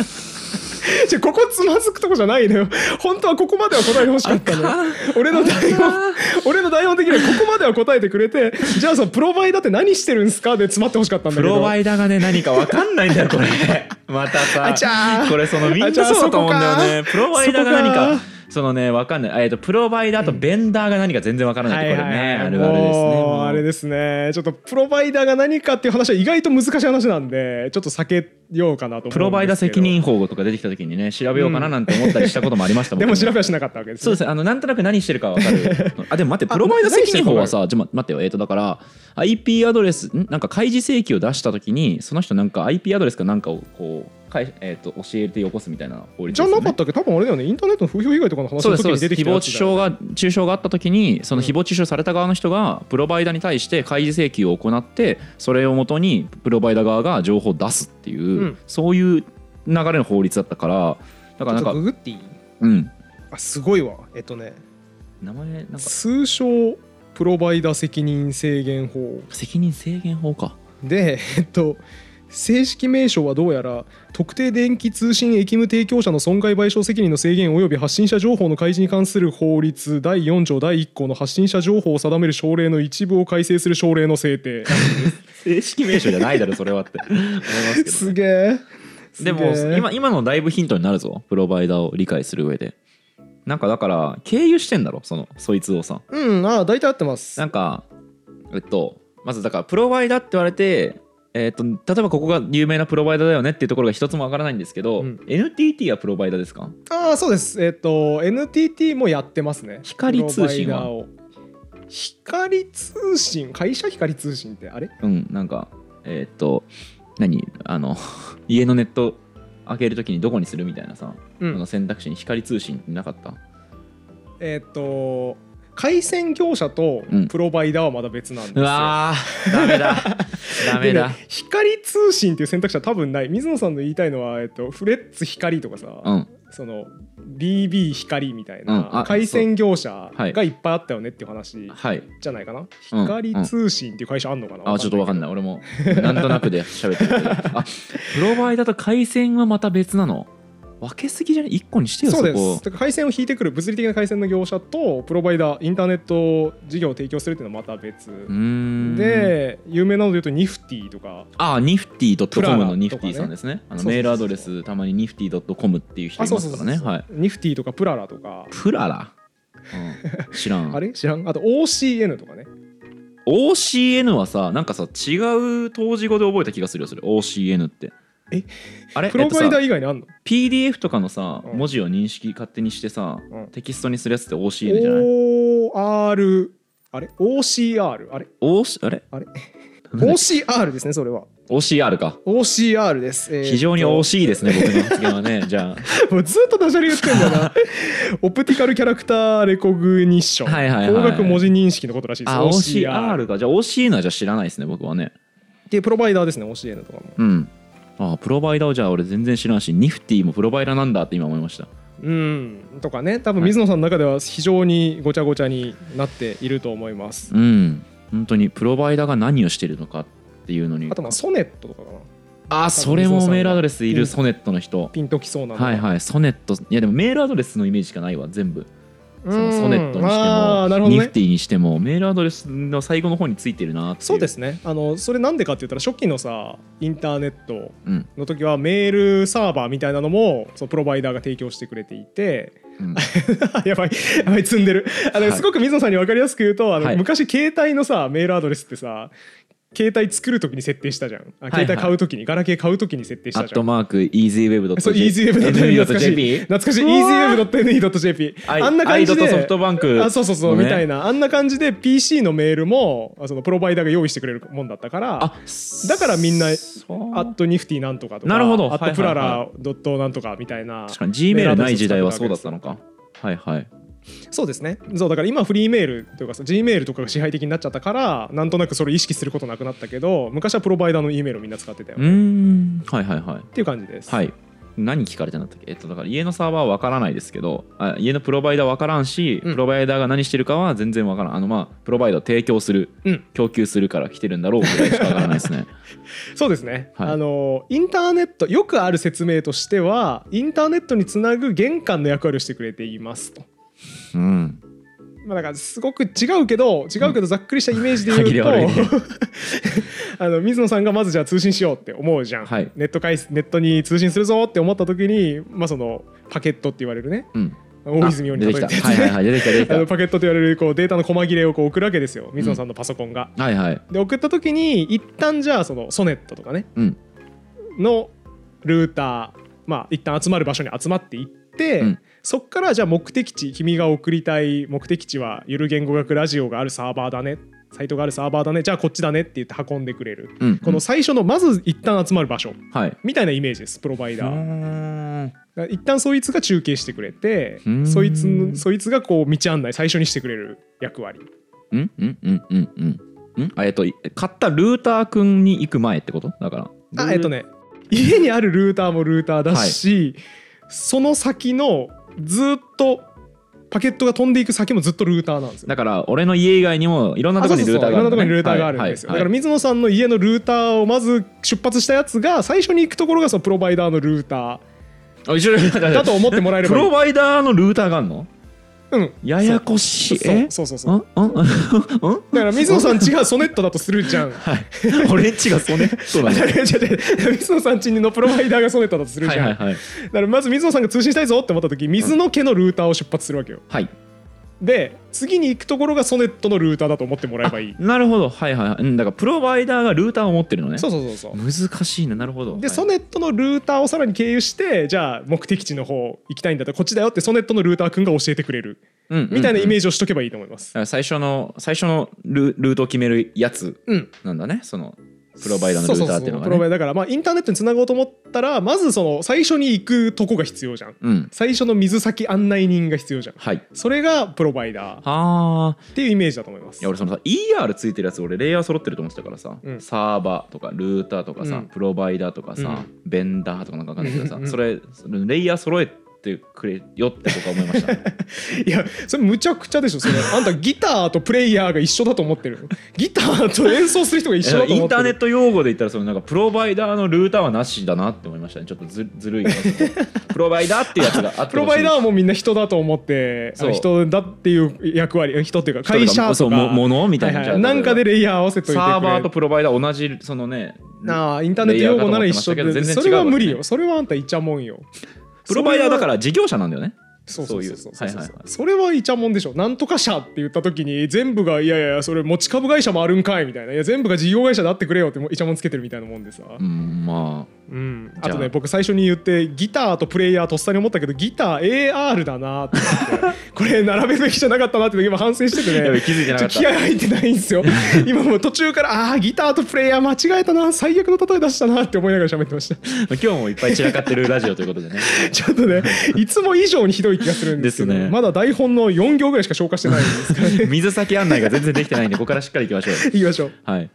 [SPEAKER 1] じゃここつまずくとこじゃないのよ本当はここまでは答えてほしかったのよ俺の台本俺の台本的にはここまでは答えてくれてじゃあさプロバイダーって何してるんすかで詰まってほしかったんだ
[SPEAKER 2] プ
[SPEAKER 1] けど
[SPEAKER 2] ロバイダーがね何かわかんないんだよ これまたさ
[SPEAKER 1] あちゃー
[SPEAKER 2] これそのみんな
[SPEAKER 1] あちゃー
[SPEAKER 2] そうだと思うんだよねプロバイダーが何
[SPEAKER 1] そ
[SPEAKER 2] か
[SPEAKER 1] こか
[SPEAKER 2] そのねわかんないえっとプロバイダーとベンダーが何か全然わからないってこれねあるあるですね
[SPEAKER 1] もう
[SPEAKER 2] もう
[SPEAKER 1] あれですねちょっとプロバイダーが何かっていう話は意外と難しい話なんでちょっと避けようかなと思うんですけど
[SPEAKER 2] プロバイダー責任法とか出てきた時にね調べようかななんて思ったりしたこともありましたもん
[SPEAKER 1] でも調べ
[SPEAKER 2] そう
[SPEAKER 1] はしなかったわけです
[SPEAKER 2] ですねあのなんとなく何してるかわか るあでも待ってプロバイダー責任法はさちょ待ってよえっとだから IP アドレスんなんか開示請求を出した時にその人なんか IP アドレスかなんかをこうかいえっと教えてよこすみたいな法律
[SPEAKER 1] じ
[SPEAKER 2] で
[SPEAKER 1] ゃ
[SPEAKER 2] すよ
[SPEAKER 1] な
[SPEAKER 2] ね
[SPEAKER 1] かったっけ多分あれだよねインターネットの風評被害とかの話
[SPEAKER 2] そう
[SPEAKER 1] の時
[SPEAKER 2] ですそう
[SPEAKER 1] に出
[SPEAKER 2] で
[SPEAKER 1] て
[SPEAKER 2] す
[SPEAKER 1] き
[SPEAKER 2] 誹
[SPEAKER 1] たや
[SPEAKER 2] 謗
[SPEAKER 1] つ
[SPEAKER 2] 中
[SPEAKER 1] だ
[SPEAKER 2] 傷
[SPEAKER 1] よ
[SPEAKER 2] が中傷があった時にその誹謗中傷された側の人がプロバイダーに対して開示請求を行ってそれをもとにプロバイダー側が情報を出すっていう、
[SPEAKER 1] うん
[SPEAKER 2] そういう流れの法律だったからだからなん
[SPEAKER 1] ちょっと
[SPEAKER 2] か
[SPEAKER 1] ググっていい
[SPEAKER 2] うん
[SPEAKER 1] あすごいわえっとね
[SPEAKER 2] 名前なんか
[SPEAKER 1] 通称プロバイダ責任制限法
[SPEAKER 2] 責任制限法か
[SPEAKER 1] で えっと正式名称はどうやら特定電気通信駅務提供者の損害賠償責任の制限及び発信者情報の開示に関する法律第4条第1項の発信者情報を定める省令の一部を改正する省令の制 定
[SPEAKER 2] 正式名称じゃないだろそれはって 思いますけど
[SPEAKER 1] すげえ
[SPEAKER 2] でも今今のだいぶヒントになるぞプロバイダーを理解する上でなんかだから経由してんだろそのそいつをさ
[SPEAKER 1] うんああ大体合ってます
[SPEAKER 2] なんかえっとまずだからプロバイダーって言われて、えっと例えばここが有名なプロバイダーだよねっていうところが一つもわからないんですけど、
[SPEAKER 1] うん
[SPEAKER 2] NTT はプロバイダーですか
[SPEAKER 1] ああそうですえっと NTT もやってますね
[SPEAKER 2] 光通信は
[SPEAKER 1] プロバイダーを光通信会社光通信ってあれ
[SPEAKER 2] うんなんかえっと何あの 家のネット開けるときにどこにするみたいなさ、
[SPEAKER 1] う
[SPEAKER 2] あの選択肢に光通信なかった
[SPEAKER 1] えーっ、と回線業者と
[SPEAKER 2] うん
[SPEAKER 1] プロバイダーはまだ別なんです
[SPEAKER 2] う
[SPEAKER 1] よ、
[SPEAKER 2] わーダ メだダメ
[SPEAKER 1] で
[SPEAKER 2] だ
[SPEAKER 1] ね、光通信っていう選択肢は多分ない水野さんの言いたいのは、えっと、フレッツ光とかさ、
[SPEAKER 2] うん
[SPEAKER 1] その BB 光みたい
[SPEAKER 2] うん
[SPEAKER 1] な
[SPEAKER 2] あ
[SPEAKER 1] 回線業者
[SPEAKER 2] はい
[SPEAKER 1] がいっぱいあったよねっていう話
[SPEAKER 2] はい
[SPEAKER 1] じゃないかな、
[SPEAKER 2] うん
[SPEAKER 1] 光通信っていう会社あんのかな、
[SPEAKER 2] あちょっとわかんない俺もなんとなくで喋ってるけどあプロバイダーと回線はまた別なの分けすぎじゃない1個にしてよそ
[SPEAKER 1] そう
[SPEAKER 2] こ
[SPEAKER 1] ですだから回線を引いてくる物理的な回線の業者とプロバイダーインターネット事業を提供するっていうのはまた別、
[SPEAKER 2] うーん
[SPEAKER 1] で有名なので言うとニフティとか
[SPEAKER 2] あニフティ .com のニフティ
[SPEAKER 1] プララとかね
[SPEAKER 2] さんですねあの
[SPEAKER 1] そうそうそうそう
[SPEAKER 2] メールアドレスたまにニフティ .com っていう人いますからねはい
[SPEAKER 1] ニフティとかプララとか
[SPEAKER 2] プララ、うん、知ら ん
[SPEAKER 1] あれ知らんあと OCN とかね
[SPEAKER 2] OCN はさなんかさ違う当時語で覚えた気がするよそれ OCN って
[SPEAKER 1] え
[SPEAKER 2] あれ
[SPEAKER 1] プロバイダ
[SPEAKER 2] えっとさ
[SPEAKER 1] ー以外にあんの
[SPEAKER 2] PDF とかのさ、
[SPEAKER 1] うん
[SPEAKER 2] 文字を認識勝手にしてさ、
[SPEAKER 1] うん
[SPEAKER 2] テキストにするやつって OCN じゃない
[SPEAKER 1] ?OR あれ ?OCR あれ
[SPEAKER 2] O C あれ
[SPEAKER 1] あれ
[SPEAKER 2] なんだっ
[SPEAKER 1] ?OCR ですねそれは
[SPEAKER 2] OCR か
[SPEAKER 1] OCR です、えーっと
[SPEAKER 2] 非常に OC ですね、僕の発言はね。じ ゃ
[SPEAKER 1] もうずっとダジャレ言ってんだ なオプティカルキャラクターレコグニッション
[SPEAKER 2] はいはいはい
[SPEAKER 1] 光学文字認識のことらしいです
[SPEAKER 2] あ、あ OCR か。じゃあ OCN はじゃあ知らないですね、僕はね。
[SPEAKER 1] っていうプロバイダーですね OCN とかも
[SPEAKER 2] うん。ああ、プロバイダーをじゃあ俺全然知らんし、ニフティもプロバイダーなんだって今思いました。
[SPEAKER 1] うんとかね多分水野さんの中では非常にごちゃごちゃになっていると思います、
[SPEAKER 2] うん。本当にプロバイダーが何をしてるのかっていうのに
[SPEAKER 1] あ。とまあソネットとかかな
[SPEAKER 2] ああ、それもメールアドレスいるソネットの人。
[SPEAKER 1] ピンときそうなのが
[SPEAKER 2] はいはい、ソネット。いやでもメールアドレスのイメージしかないわ、全部。
[SPEAKER 1] うん
[SPEAKER 2] そのソネットに
[SPEAKER 1] あー
[SPEAKER 2] して
[SPEAKER 1] なるほど
[SPEAKER 2] も、ニフ
[SPEAKER 1] ね
[SPEAKER 2] ティにしても、メールアドレスの最後の方についてるなっていう。
[SPEAKER 1] そうで。すねあのそれなんでかって言ったら初期のさインターネット
[SPEAKER 2] うん。
[SPEAKER 1] の時はメールサーバーみたいなのもそのプロバイダーが提供してくれていて
[SPEAKER 2] うん
[SPEAKER 1] やばいやばい積んでるあの、
[SPEAKER 2] はい
[SPEAKER 1] すごく水野さんに分かりやすく言うとあの、
[SPEAKER 2] はい
[SPEAKER 1] 昔携帯のさメールアドレスってさ携帯作る時に設定したじゃんあ
[SPEAKER 2] い
[SPEAKER 1] 携帯買う時に、ガラケー買う時に設定し
[SPEAKER 2] ア
[SPEAKER 1] た
[SPEAKER 2] ッ
[SPEAKER 1] じゃ
[SPEAKER 2] ト
[SPEAKER 1] ん
[SPEAKER 2] マーク easyweb.jp
[SPEAKER 1] そう easyweb.jp
[SPEAKER 2] jp
[SPEAKER 1] 懐かしいう
[SPEAKER 2] わー
[SPEAKER 1] easyweb.ne.jp あんな感じ
[SPEAKER 2] アイドとソ
[SPEAKER 1] で
[SPEAKER 2] フトバンク
[SPEAKER 1] あそうそうそう、
[SPEAKER 2] のね
[SPEAKER 1] みたいなあんな感じで PC のメールもあそのプロバイダーが用意してくれるもんだったから
[SPEAKER 2] あ
[SPEAKER 1] だからみんな
[SPEAKER 2] そう
[SPEAKER 1] アットニフティなんとかとか
[SPEAKER 2] なるほど
[SPEAKER 1] アッ
[SPEAKER 2] は
[SPEAKER 1] ト
[SPEAKER 2] いはいはい
[SPEAKER 1] プララドットなんとかみたいな
[SPEAKER 2] 確かに G メールない時代はそうだったのかはいはい
[SPEAKER 1] そうですねそうだから今フリーメールというかさ G メールとかが支配的になっちゃったからなんとなくそれ意識することなくなったけど昔はプロバイダーの E メールをみんな使ってたよ
[SPEAKER 2] う
[SPEAKER 1] っ
[SPEAKER 2] ーんはいはいはい
[SPEAKER 1] ていう感じです
[SPEAKER 2] はい何聞かれてなったっけえっとだから家のサーバーは分からないですけどあ家のプロバイダー分からんし、
[SPEAKER 1] うん
[SPEAKER 2] プロバイダーが何してるかは全然分からんあのまあプロバイダーを提供する、
[SPEAKER 1] うん
[SPEAKER 2] 供給するから来てるんだろうぐらいしか分からない ですね
[SPEAKER 1] そうですね、
[SPEAKER 2] はい
[SPEAKER 1] あのインターネットよくある説明としてはインターネットにつなぐ玄関の役割をしてくれていますと、
[SPEAKER 2] うん
[SPEAKER 1] まあ、だからすごく違うけど違うけどざっくりしたイメージ で言
[SPEAKER 2] 歯切れ悪いうね
[SPEAKER 1] と、 あの水野さんがまずじゃあ通信しようって思うじゃん、
[SPEAKER 2] はい
[SPEAKER 1] ネット回ネットに通信するぞって思った時に、まあ、そのパケットって言われるね
[SPEAKER 2] うん
[SPEAKER 1] 大泉洋に例え
[SPEAKER 2] あ
[SPEAKER 1] てや
[SPEAKER 2] 出てき
[SPEAKER 1] つ
[SPEAKER 2] たはいはいはい出てきた出てき
[SPEAKER 1] あ
[SPEAKER 2] た
[SPEAKER 1] のパケットと言われるこうデータの細切れをこう送るわけですよ水野さんのパソコンが。
[SPEAKER 2] はいはい
[SPEAKER 1] で送った時に一旦じゃあそのソネットとかね、
[SPEAKER 2] うん
[SPEAKER 1] のルーターまあ一旦集まる場所に集まっていって、
[SPEAKER 2] うん
[SPEAKER 1] そっからじゃあ目的地君が送りたい目的地はゆる言語学ラジオがあるサーバーだねサイトがあるサーバーだねじゃあこっちだねって言って運んでくれる、
[SPEAKER 2] うん
[SPEAKER 1] この最初のまず一旦集まる場所
[SPEAKER 2] はいだ
[SPEAKER 1] みたいなイメージですプロバイダー。
[SPEAKER 2] ー
[SPEAKER 1] だから一旦そいつが中継してくれて
[SPEAKER 2] うーん
[SPEAKER 1] そいつのそいつがこう道案内最初にしてくれる役割
[SPEAKER 2] うんうんうんうんうんんあえっとい買ったルーターくんに行く前ってことだから
[SPEAKER 1] あえっと
[SPEAKER 2] ね
[SPEAKER 1] ね家にあるルーターもルーターだし、その先のずっとパケットが飛んでいく先もずっとルーターなんですよ。
[SPEAKER 2] だから俺の家以外にもいろんなとこ
[SPEAKER 1] あ
[SPEAKER 2] ろに
[SPEAKER 1] そう
[SPEAKER 2] ル
[SPEAKER 1] そう
[SPEAKER 2] ータ
[SPEAKER 1] そういろ
[SPEAKER 2] ーがあ
[SPEAKER 1] んな
[SPEAKER 2] る
[SPEAKER 1] ところにルーターが
[SPEAKER 2] は
[SPEAKER 1] あ
[SPEAKER 2] い
[SPEAKER 1] るんですよ、
[SPEAKER 2] はい
[SPEAKER 1] だから水野さんの家のルーターをまず出発したやつが最初に行くところがそのプロバイダーのルータ
[SPEAKER 2] あ一緒に
[SPEAKER 1] ーだと思ってもらえれ
[SPEAKER 2] プ
[SPEAKER 1] ばい
[SPEAKER 2] ロ
[SPEAKER 1] い。
[SPEAKER 2] バイダーのルーターがあるの
[SPEAKER 1] うん、
[SPEAKER 2] ややこしいえ
[SPEAKER 1] そうそうそう
[SPEAKER 2] う
[SPEAKER 1] そうん
[SPEAKER 2] うんうん うん
[SPEAKER 1] だから水野さん違うソネットだとするじゃん。
[SPEAKER 2] はい俺んちがソネッ トなの
[SPEAKER 1] 違う違う違う 水野さんちのプロバイダーがソネットだとする
[SPEAKER 2] は
[SPEAKER 1] じ
[SPEAKER 2] い
[SPEAKER 1] ゃん、
[SPEAKER 2] はいはい
[SPEAKER 1] だからまず水野さんが通信したいぞって思った時水野家のルーターを出発するわけよ
[SPEAKER 2] はい
[SPEAKER 1] で次に行くところがソネットのルーターだと思ってもらえばいい、
[SPEAKER 2] なるほどはいはいはいうんだからプロバイダーがルーターを持ってるのね
[SPEAKER 1] そうそうそうそう
[SPEAKER 2] 難しいねなるほど
[SPEAKER 1] で
[SPEAKER 2] はい
[SPEAKER 1] ソネットのルーターをさらに経由してじゃあ目的地の方行きたいんだったらこっちだよってソネットのルーターくんが教えてくれる
[SPEAKER 2] うんうんうん
[SPEAKER 1] みたいなイメージをしとけばいいと思います
[SPEAKER 2] だから最初の最初のルルートを決めるやつ
[SPEAKER 1] うん
[SPEAKER 2] なんだねそのプロバイダーのルーターっていうの
[SPEAKER 1] そうそうそう
[SPEAKER 2] が
[SPEAKER 1] プロバ
[SPEAKER 2] ね
[SPEAKER 1] イダーだからまあインターネットにつなごうと思ったらまずその最初に行くとこが必要じゃん
[SPEAKER 2] うん
[SPEAKER 1] 最初の水先案内人が必要じゃん
[SPEAKER 2] はい
[SPEAKER 1] それがプロバイダーっ
[SPEAKER 2] はあ
[SPEAKER 1] ていうイメージだと思います
[SPEAKER 2] いや俺そのさ ER ついてるやつ俺レイヤー揃ってると思ってたからさ、
[SPEAKER 1] うん
[SPEAKER 2] サーバーとかルーターとかさ、
[SPEAKER 1] うん
[SPEAKER 2] プロバイダーとかさ、ベンダーとかなんかわかんないけどさ、
[SPEAKER 1] うんうん
[SPEAKER 2] それそれレイヤー揃えてくれよって僕は思いま した、
[SPEAKER 1] いやそれむちゃくちゃでしょそれあんたギターとプレイヤーが一緒だと思ってるギターと演奏する人が一緒だと思ってる
[SPEAKER 2] インターネット用語で言ったらそのなんかプロバイダーのルーターはなしだなって思いましたねちょっとずずるいな プロバイダーっていうやつがあってほしい
[SPEAKER 1] プロバイダーもみんな人だと思ってあ
[SPEAKER 2] そう
[SPEAKER 1] の人だっていう役割人っていうか会社とか
[SPEAKER 2] そうもものみたいな、
[SPEAKER 1] はい
[SPEAKER 2] じ
[SPEAKER 1] は
[SPEAKER 2] ゃあ
[SPEAKER 1] いなんかで
[SPEAKER 2] 例え
[SPEAKER 1] レイヤー合わせといてくれ
[SPEAKER 2] ばサーバーとプロバイダー同じそのね
[SPEAKER 1] なあインターネット用語なら一緒
[SPEAKER 2] レイヤーかと思ってましたけど全然違う
[SPEAKER 1] それは無理よそれはあんたイチャもんよ
[SPEAKER 2] プロバイダーだから事業者なんだよね
[SPEAKER 1] そうそうそうそう
[SPEAKER 2] そういう
[SPEAKER 1] そうそうそう
[SPEAKER 2] はいは
[SPEAKER 1] それは
[SPEAKER 2] いはい
[SPEAKER 1] イチャモンでしょなんとか社って言った時に全部がいやいやそれ持ち株会社もあるんかいみたいないや全部が事業会社であってくれよってもうイチャモンつけてるみたいなもんでさ、
[SPEAKER 2] うんま
[SPEAKER 1] うん、あ
[SPEAKER 2] じゃあ
[SPEAKER 1] とね僕最初に言ってギターとプレイヤーとっさに思ったけどギター AR だなって思ってこれ並べるべきじゃなかったなって今反省してて
[SPEAKER 2] あやべ
[SPEAKER 1] ね
[SPEAKER 2] 気づいて
[SPEAKER 1] ち
[SPEAKER 2] なか
[SPEAKER 1] ょ
[SPEAKER 2] っ
[SPEAKER 1] 気合
[SPEAKER 2] た
[SPEAKER 1] 入ってないんですよ今もう途中からあーギターとプレイヤー間違えたな最悪の例え出したなって思いながら喋ってました
[SPEAKER 2] 今日もいっぱい散らかってるラジオということでね
[SPEAKER 1] ちょっとねいつも以上にひどい気がするんですけど
[SPEAKER 2] ですね
[SPEAKER 1] まだ台本の4行ぐらいしか消化してないんですからね
[SPEAKER 2] 水先案内が全然できてないんでここからしっかりいきましょう
[SPEAKER 1] いきましょう
[SPEAKER 2] はい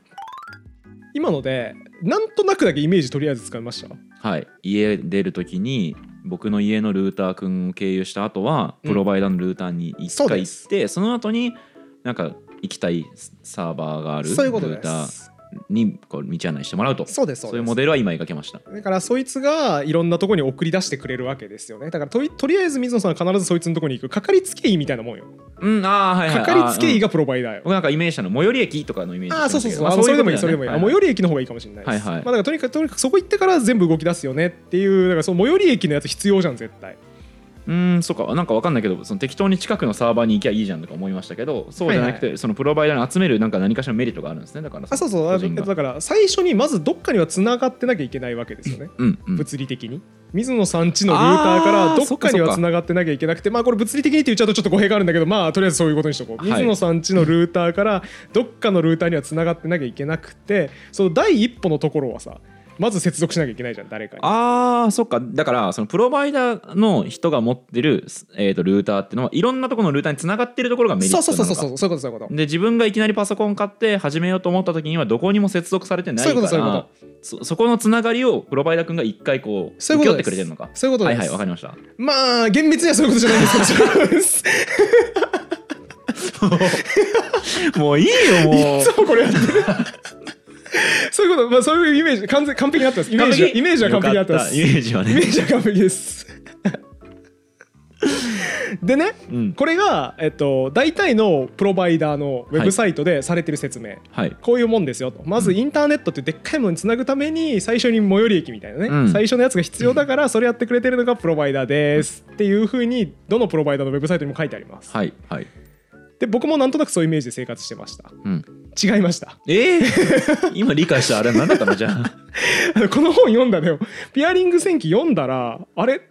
[SPEAKER 1] 今のでなんとなくだけイメージとりあえず使いました
[SPEAKER 2] はい、家出る時に僕の家のルーターくんを経由した後は
[SPEAKER 1] うん
[SPEAKER 2] プロバイダーのルーターに一
[SPEAKER 1] そう
[SPEAKER 2] 回
[SPEAKER 1] で
[SPEAKER 2] 行って、その後になんか行きたいサーバーがあるル
[SPEAKER 1] そういうこと
[SPEAKER 2] ー
[SPEAKER 1] で
[SPEAKER 2] ター
[SPEAKER 1] す
[SPEAKER 2] にこう道案内してもらうと
[SPEAKER 1] そうですそうです
[SPEAKER 2] いうモデルは今描けました
[SPEAKER 1] だからそいつがいろんなとこに送り出してくれるわけですよねだからとりとりあえず水野さんは必ずそいつのとこに行くかかりつけ医みたいなもんよ
[SPEAKER 2] うんああはいはい
[SPEAKER 1] かかりつけ医
[SPEAKER 2] が
[SPEAKER 1] がプロバイダーよ
[SPEAKER 2] 僕なんかイメージしたの最寄り駅とかのイメージ
[SPEAKER 1] ああそうそうそう、
[SPEAKER 2] ま
[SPEAKER 1] あ、
[SPEAKER 2] う
[SPEAKER 1] それ
[SPEAKER 2] う
[SPEAKER 1] で
[SPEAKER 2] こ
[SPEAKER 1] もいい
[SPEAKER 2] と
[SPEAKER 1] そ
[SPEAKER 2] だ
[SPEAKER 1] れでも
[SPEAKER 2] よね
[SPEAKER 1] いい、
[SPEAKER 2] は
[SPEAKER 1] あ最寄り駅の方がいいかもしれないです、
[SPEAKER 2] はいはい
[SPEAKER 1] まあ、だからとにかくとにかくそこ行ってから全部動き出すよねっていうだからその最寄り駅のやつ必要じゃん絶対
[SPEAKER 2] うーんそうかなんかわかんないけどその適当に近くのサーバーに行きゃいいじゃんとか思いましたけどそうじゃなくて、
[SPEAKER 1] は
[SPEAKER 2] そのプロバイダーに集めるなんか何かしらのメリットがあるんですねだから
[SPEAKER 1] あそうそう
[SPEAKER 2] 個
[SPEAKER 1] あ
[SPEAKER 2] 人が
[SPEAKER 1] だから最初にまずどっかにはつながってなきゃいけないわけですよね
[SPEAKER 2] うんうん
[SPEAKER 1] 物理的に水野さん家のルーターから
[SPEAKER 2] あ
[SPEAKER 1] どっ
[SPEAKER 2] ー
[SPEAKER 1] かに
[SPEAKER 2] そっかそっ
[SPEAKER 1] は
[SPEAKER 2] か
[SPEAKER 1] つながってなきゃいけなくてまあこれ物理的にって言っちゃうとちょっと語弊があるんだけどまあとりあえずそういうことにしとこう、
[SPEAKER 2] はい
[SPEAKER 1] 水野さん家のルーターからどっかのルーターにはつながってなきゃいけなくてその第一歩のところはさまず接続しなきゃいけないじゃん誰かに。
[SPEAKER 2] あーそっかだからそのプロバイダーの人が持ってる、すえー、とルーターっていうのはいろんなところのルーターにつながってるところがメリット
[SPEAKER 1] そ
[SPEAKER 2] な
[SPEAKER 1] う
[SPEAKER 2] の
[SPEAKER 1] そ
[SPEAKER 2] か
[SPEAKER 1] うそうそうそうそういうことそういうこと。
[SPEAKER 2] で自分がいきなりパソコン買って始めようと思った時にはどこにも接続されてないから
[SPEAKER 1] そういうこと
[SPEAKER 2] そそこのつながりをプロバイダー君が一回こう
[SPEAKER 1] そうい
[SPEAKER 2] 受
[SPEAKER 1] うこ
[SPEAKER 2] け負
[SPEAKER 1] とです
[SPEAKER 2] ってくれてるのか
[SPEAKER 1] そういうことで
[SPEAKER 2] はい
[SPEAKER 1] す。
[SPEAKER 2] はいわかりました
[SPEAKER 1] まあ厳密にはそういうことじゃないんですけどそういうことです。
[SPEAKER 2] も ういいよもう
[SPEAKER 1] いつもこれやってる。そういうこと、まあそういうイメージ完全完璧になってます。イメージはイメージは完璧になってま
[SPEAKER 2] よかっ
[SPEAKER 1] す。
[SPEAKER 2] たイメージは
[SPEAKER 1] イメー
[SPEAKER 2] ね
[SPEAKER 1] ジは完璧です。でね、
[SPEAKER 2] うん
[SPEAKER 1] これが、えっと、大体のプロバイダーのウェブサイトでされてる説明、
[SPEAKER 2] はい
[SPEAKER 1] こういうもんですよとまずインターネットってでっかいものにつなぐために最初に最寄り駅みたいなね、
[SPEAKER 2] うん
[SPEAKER 1] 最初のやつが必要だからそれやってくれてるのがプロバイダーですっていうふうにどのプロバイダーのウェブサイトにも書いてあります
[SPEAKER 2] はいはい、
[SPEAKER 1] で僕もなんとなくそういうイメージで生活してました
[SPEAKER 2] うん、
[SPEAKER 1] 違いました
[SPEAKER 2] えー、 今理解したあれ何だったのじゃあ
[SPEAKER 1] あのこの本読んだのよピアリング戦記読んだらあれ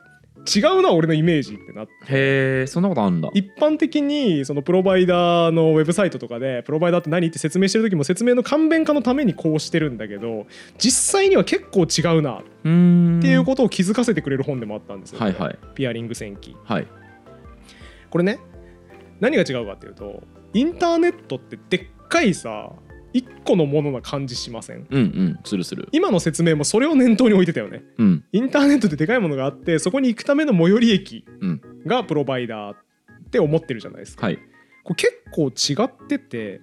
[SPEAKER 1] 違うな俺のイメージってなって
[SPEAKER 2] へえそんなことあるんだ
[SPEAKER 1] 一般的にそのプロバイダーのウェブサイトとかでプロバイダーって何って説明してる時も説明の簡便化のためにこうしてるんだけど実際には結構違うなっ
[SPEAKER 2] うーん
[SPEAKER 1] ていうことを気づかせてくれる本でもあったんですよ、
[SPEAKER 2] はいはい
[SPEAKER 1] ピアリング戦記
[SPEAKER 2] はい
[SPEAKER 1] これね何が違うかっていうとインターネットってでっかいさ一個のものな感じしません
[SPEAKER 2] うんうんするする
[SPEAKER 1] 今の説明もそれを念頭に置いてたよね
[SPEAKER 2] うん
[SPEAKER 1] インターネットってでかいものがあってそこに行くための最寄り駅
[SPEAKER 2] うん
[SPEAKER 1] がプロバイダーって思ってるじゃないですか
[SPEAKER 2] はい
[SPEAKER 1] これ結構違ってて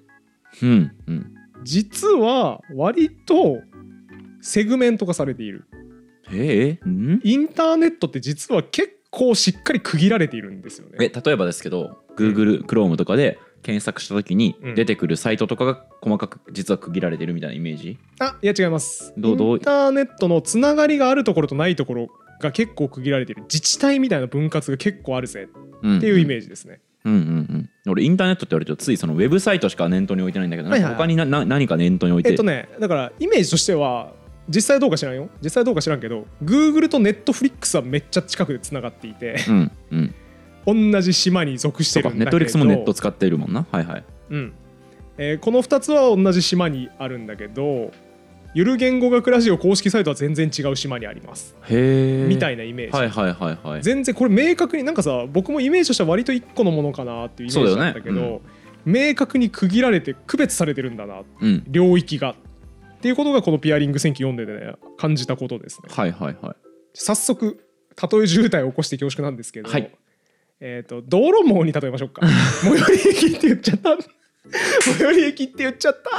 [SPEAKER 2] うんうん
[SPEAKER 1] 実は割とセグメント化されている
[SPEAKER 2] へえうん
[SPEAKER 1] インターネットって実は結構しっかり区切られているんですよ
[SPEAKER 2] え
[SPEAKER 1] ね
[SPEAKER 2] 例えばですけど Google、Chrome とかで検索した時に
[SPEAKER 1] うん
[SPEAKER 2] 出てくるサイトとかが細かく実は区切られてるみたいなイメージ、
[SPEAKER 1] あいや違います
[SPEAKER 2] どうどう
[SPEAKER 1] インターネットのつながりがあるところとないところが結構区切られている自治体みたいな分割が結構あるぜ
[SPEAKER 2] うん
[SPEAKER 1] っていうイメージですね、
[SPEAKER 2] うんうんうん俺インターネットって言われるとついそのウェブサイトしか念頭に置いてないんだけど、
[SPEAKER 1] はいはい
[SPEAKER 2] なんか他になな何か念頭に置いて、
[SPEAKER 1] えっとねだからイメージとしては実際どうか知らんよ実際どうか知らんけど Google と Netflix はめっちゃ近くでつながっていて
[SPEAKER 2] うんうん
[SPEAKER 1] 同じ島に属し
[SPEAKER 2] そ
[SPEAKER 1] て
[SPEAKER 2] うか
[SPEAKER 1] るん
[SPEAKER 2] ネ
[SPEAKER 1] だけど
[SPEAKER 2] ットフリックスもネット使ってるもんなはいはい
[SPEAKER 1] うんえーこの2つは同じ島にあるんだけどゆる言語学ラジオ公式サイトは全然違う島にあります、
[SPEAKER 2] へえ
[SPEAKER 1] みた
[SPEAKER 2] い
[SPEAKER 1] いなイメージ、
[SPEAKER 2] はいはいはいはい
[SPEAKER 1] 全然これ明確になんかさ僕もイメージとしては割と1個のものかなっていうイメージなんだけど
[SPEAKER 2] そうだよ
[SPEAKER 1] 明確に区切られて区別されてるんだな
[SPEAKER 2] うん
[SPEAKER 1] 領域がっていうことがこのピアリング戦記読んでてね感じたことですね
[SPEAKER 2] はいはいはい
[SPEAKER 1] 早速例え渋滞を起こして恐縮なんですけど、
[SPEAKER 2] はい
[SPEAKER 1] えー、と道路網に例えましょう か最寄り駅って言っちゃった最寄り駅って言っちゃった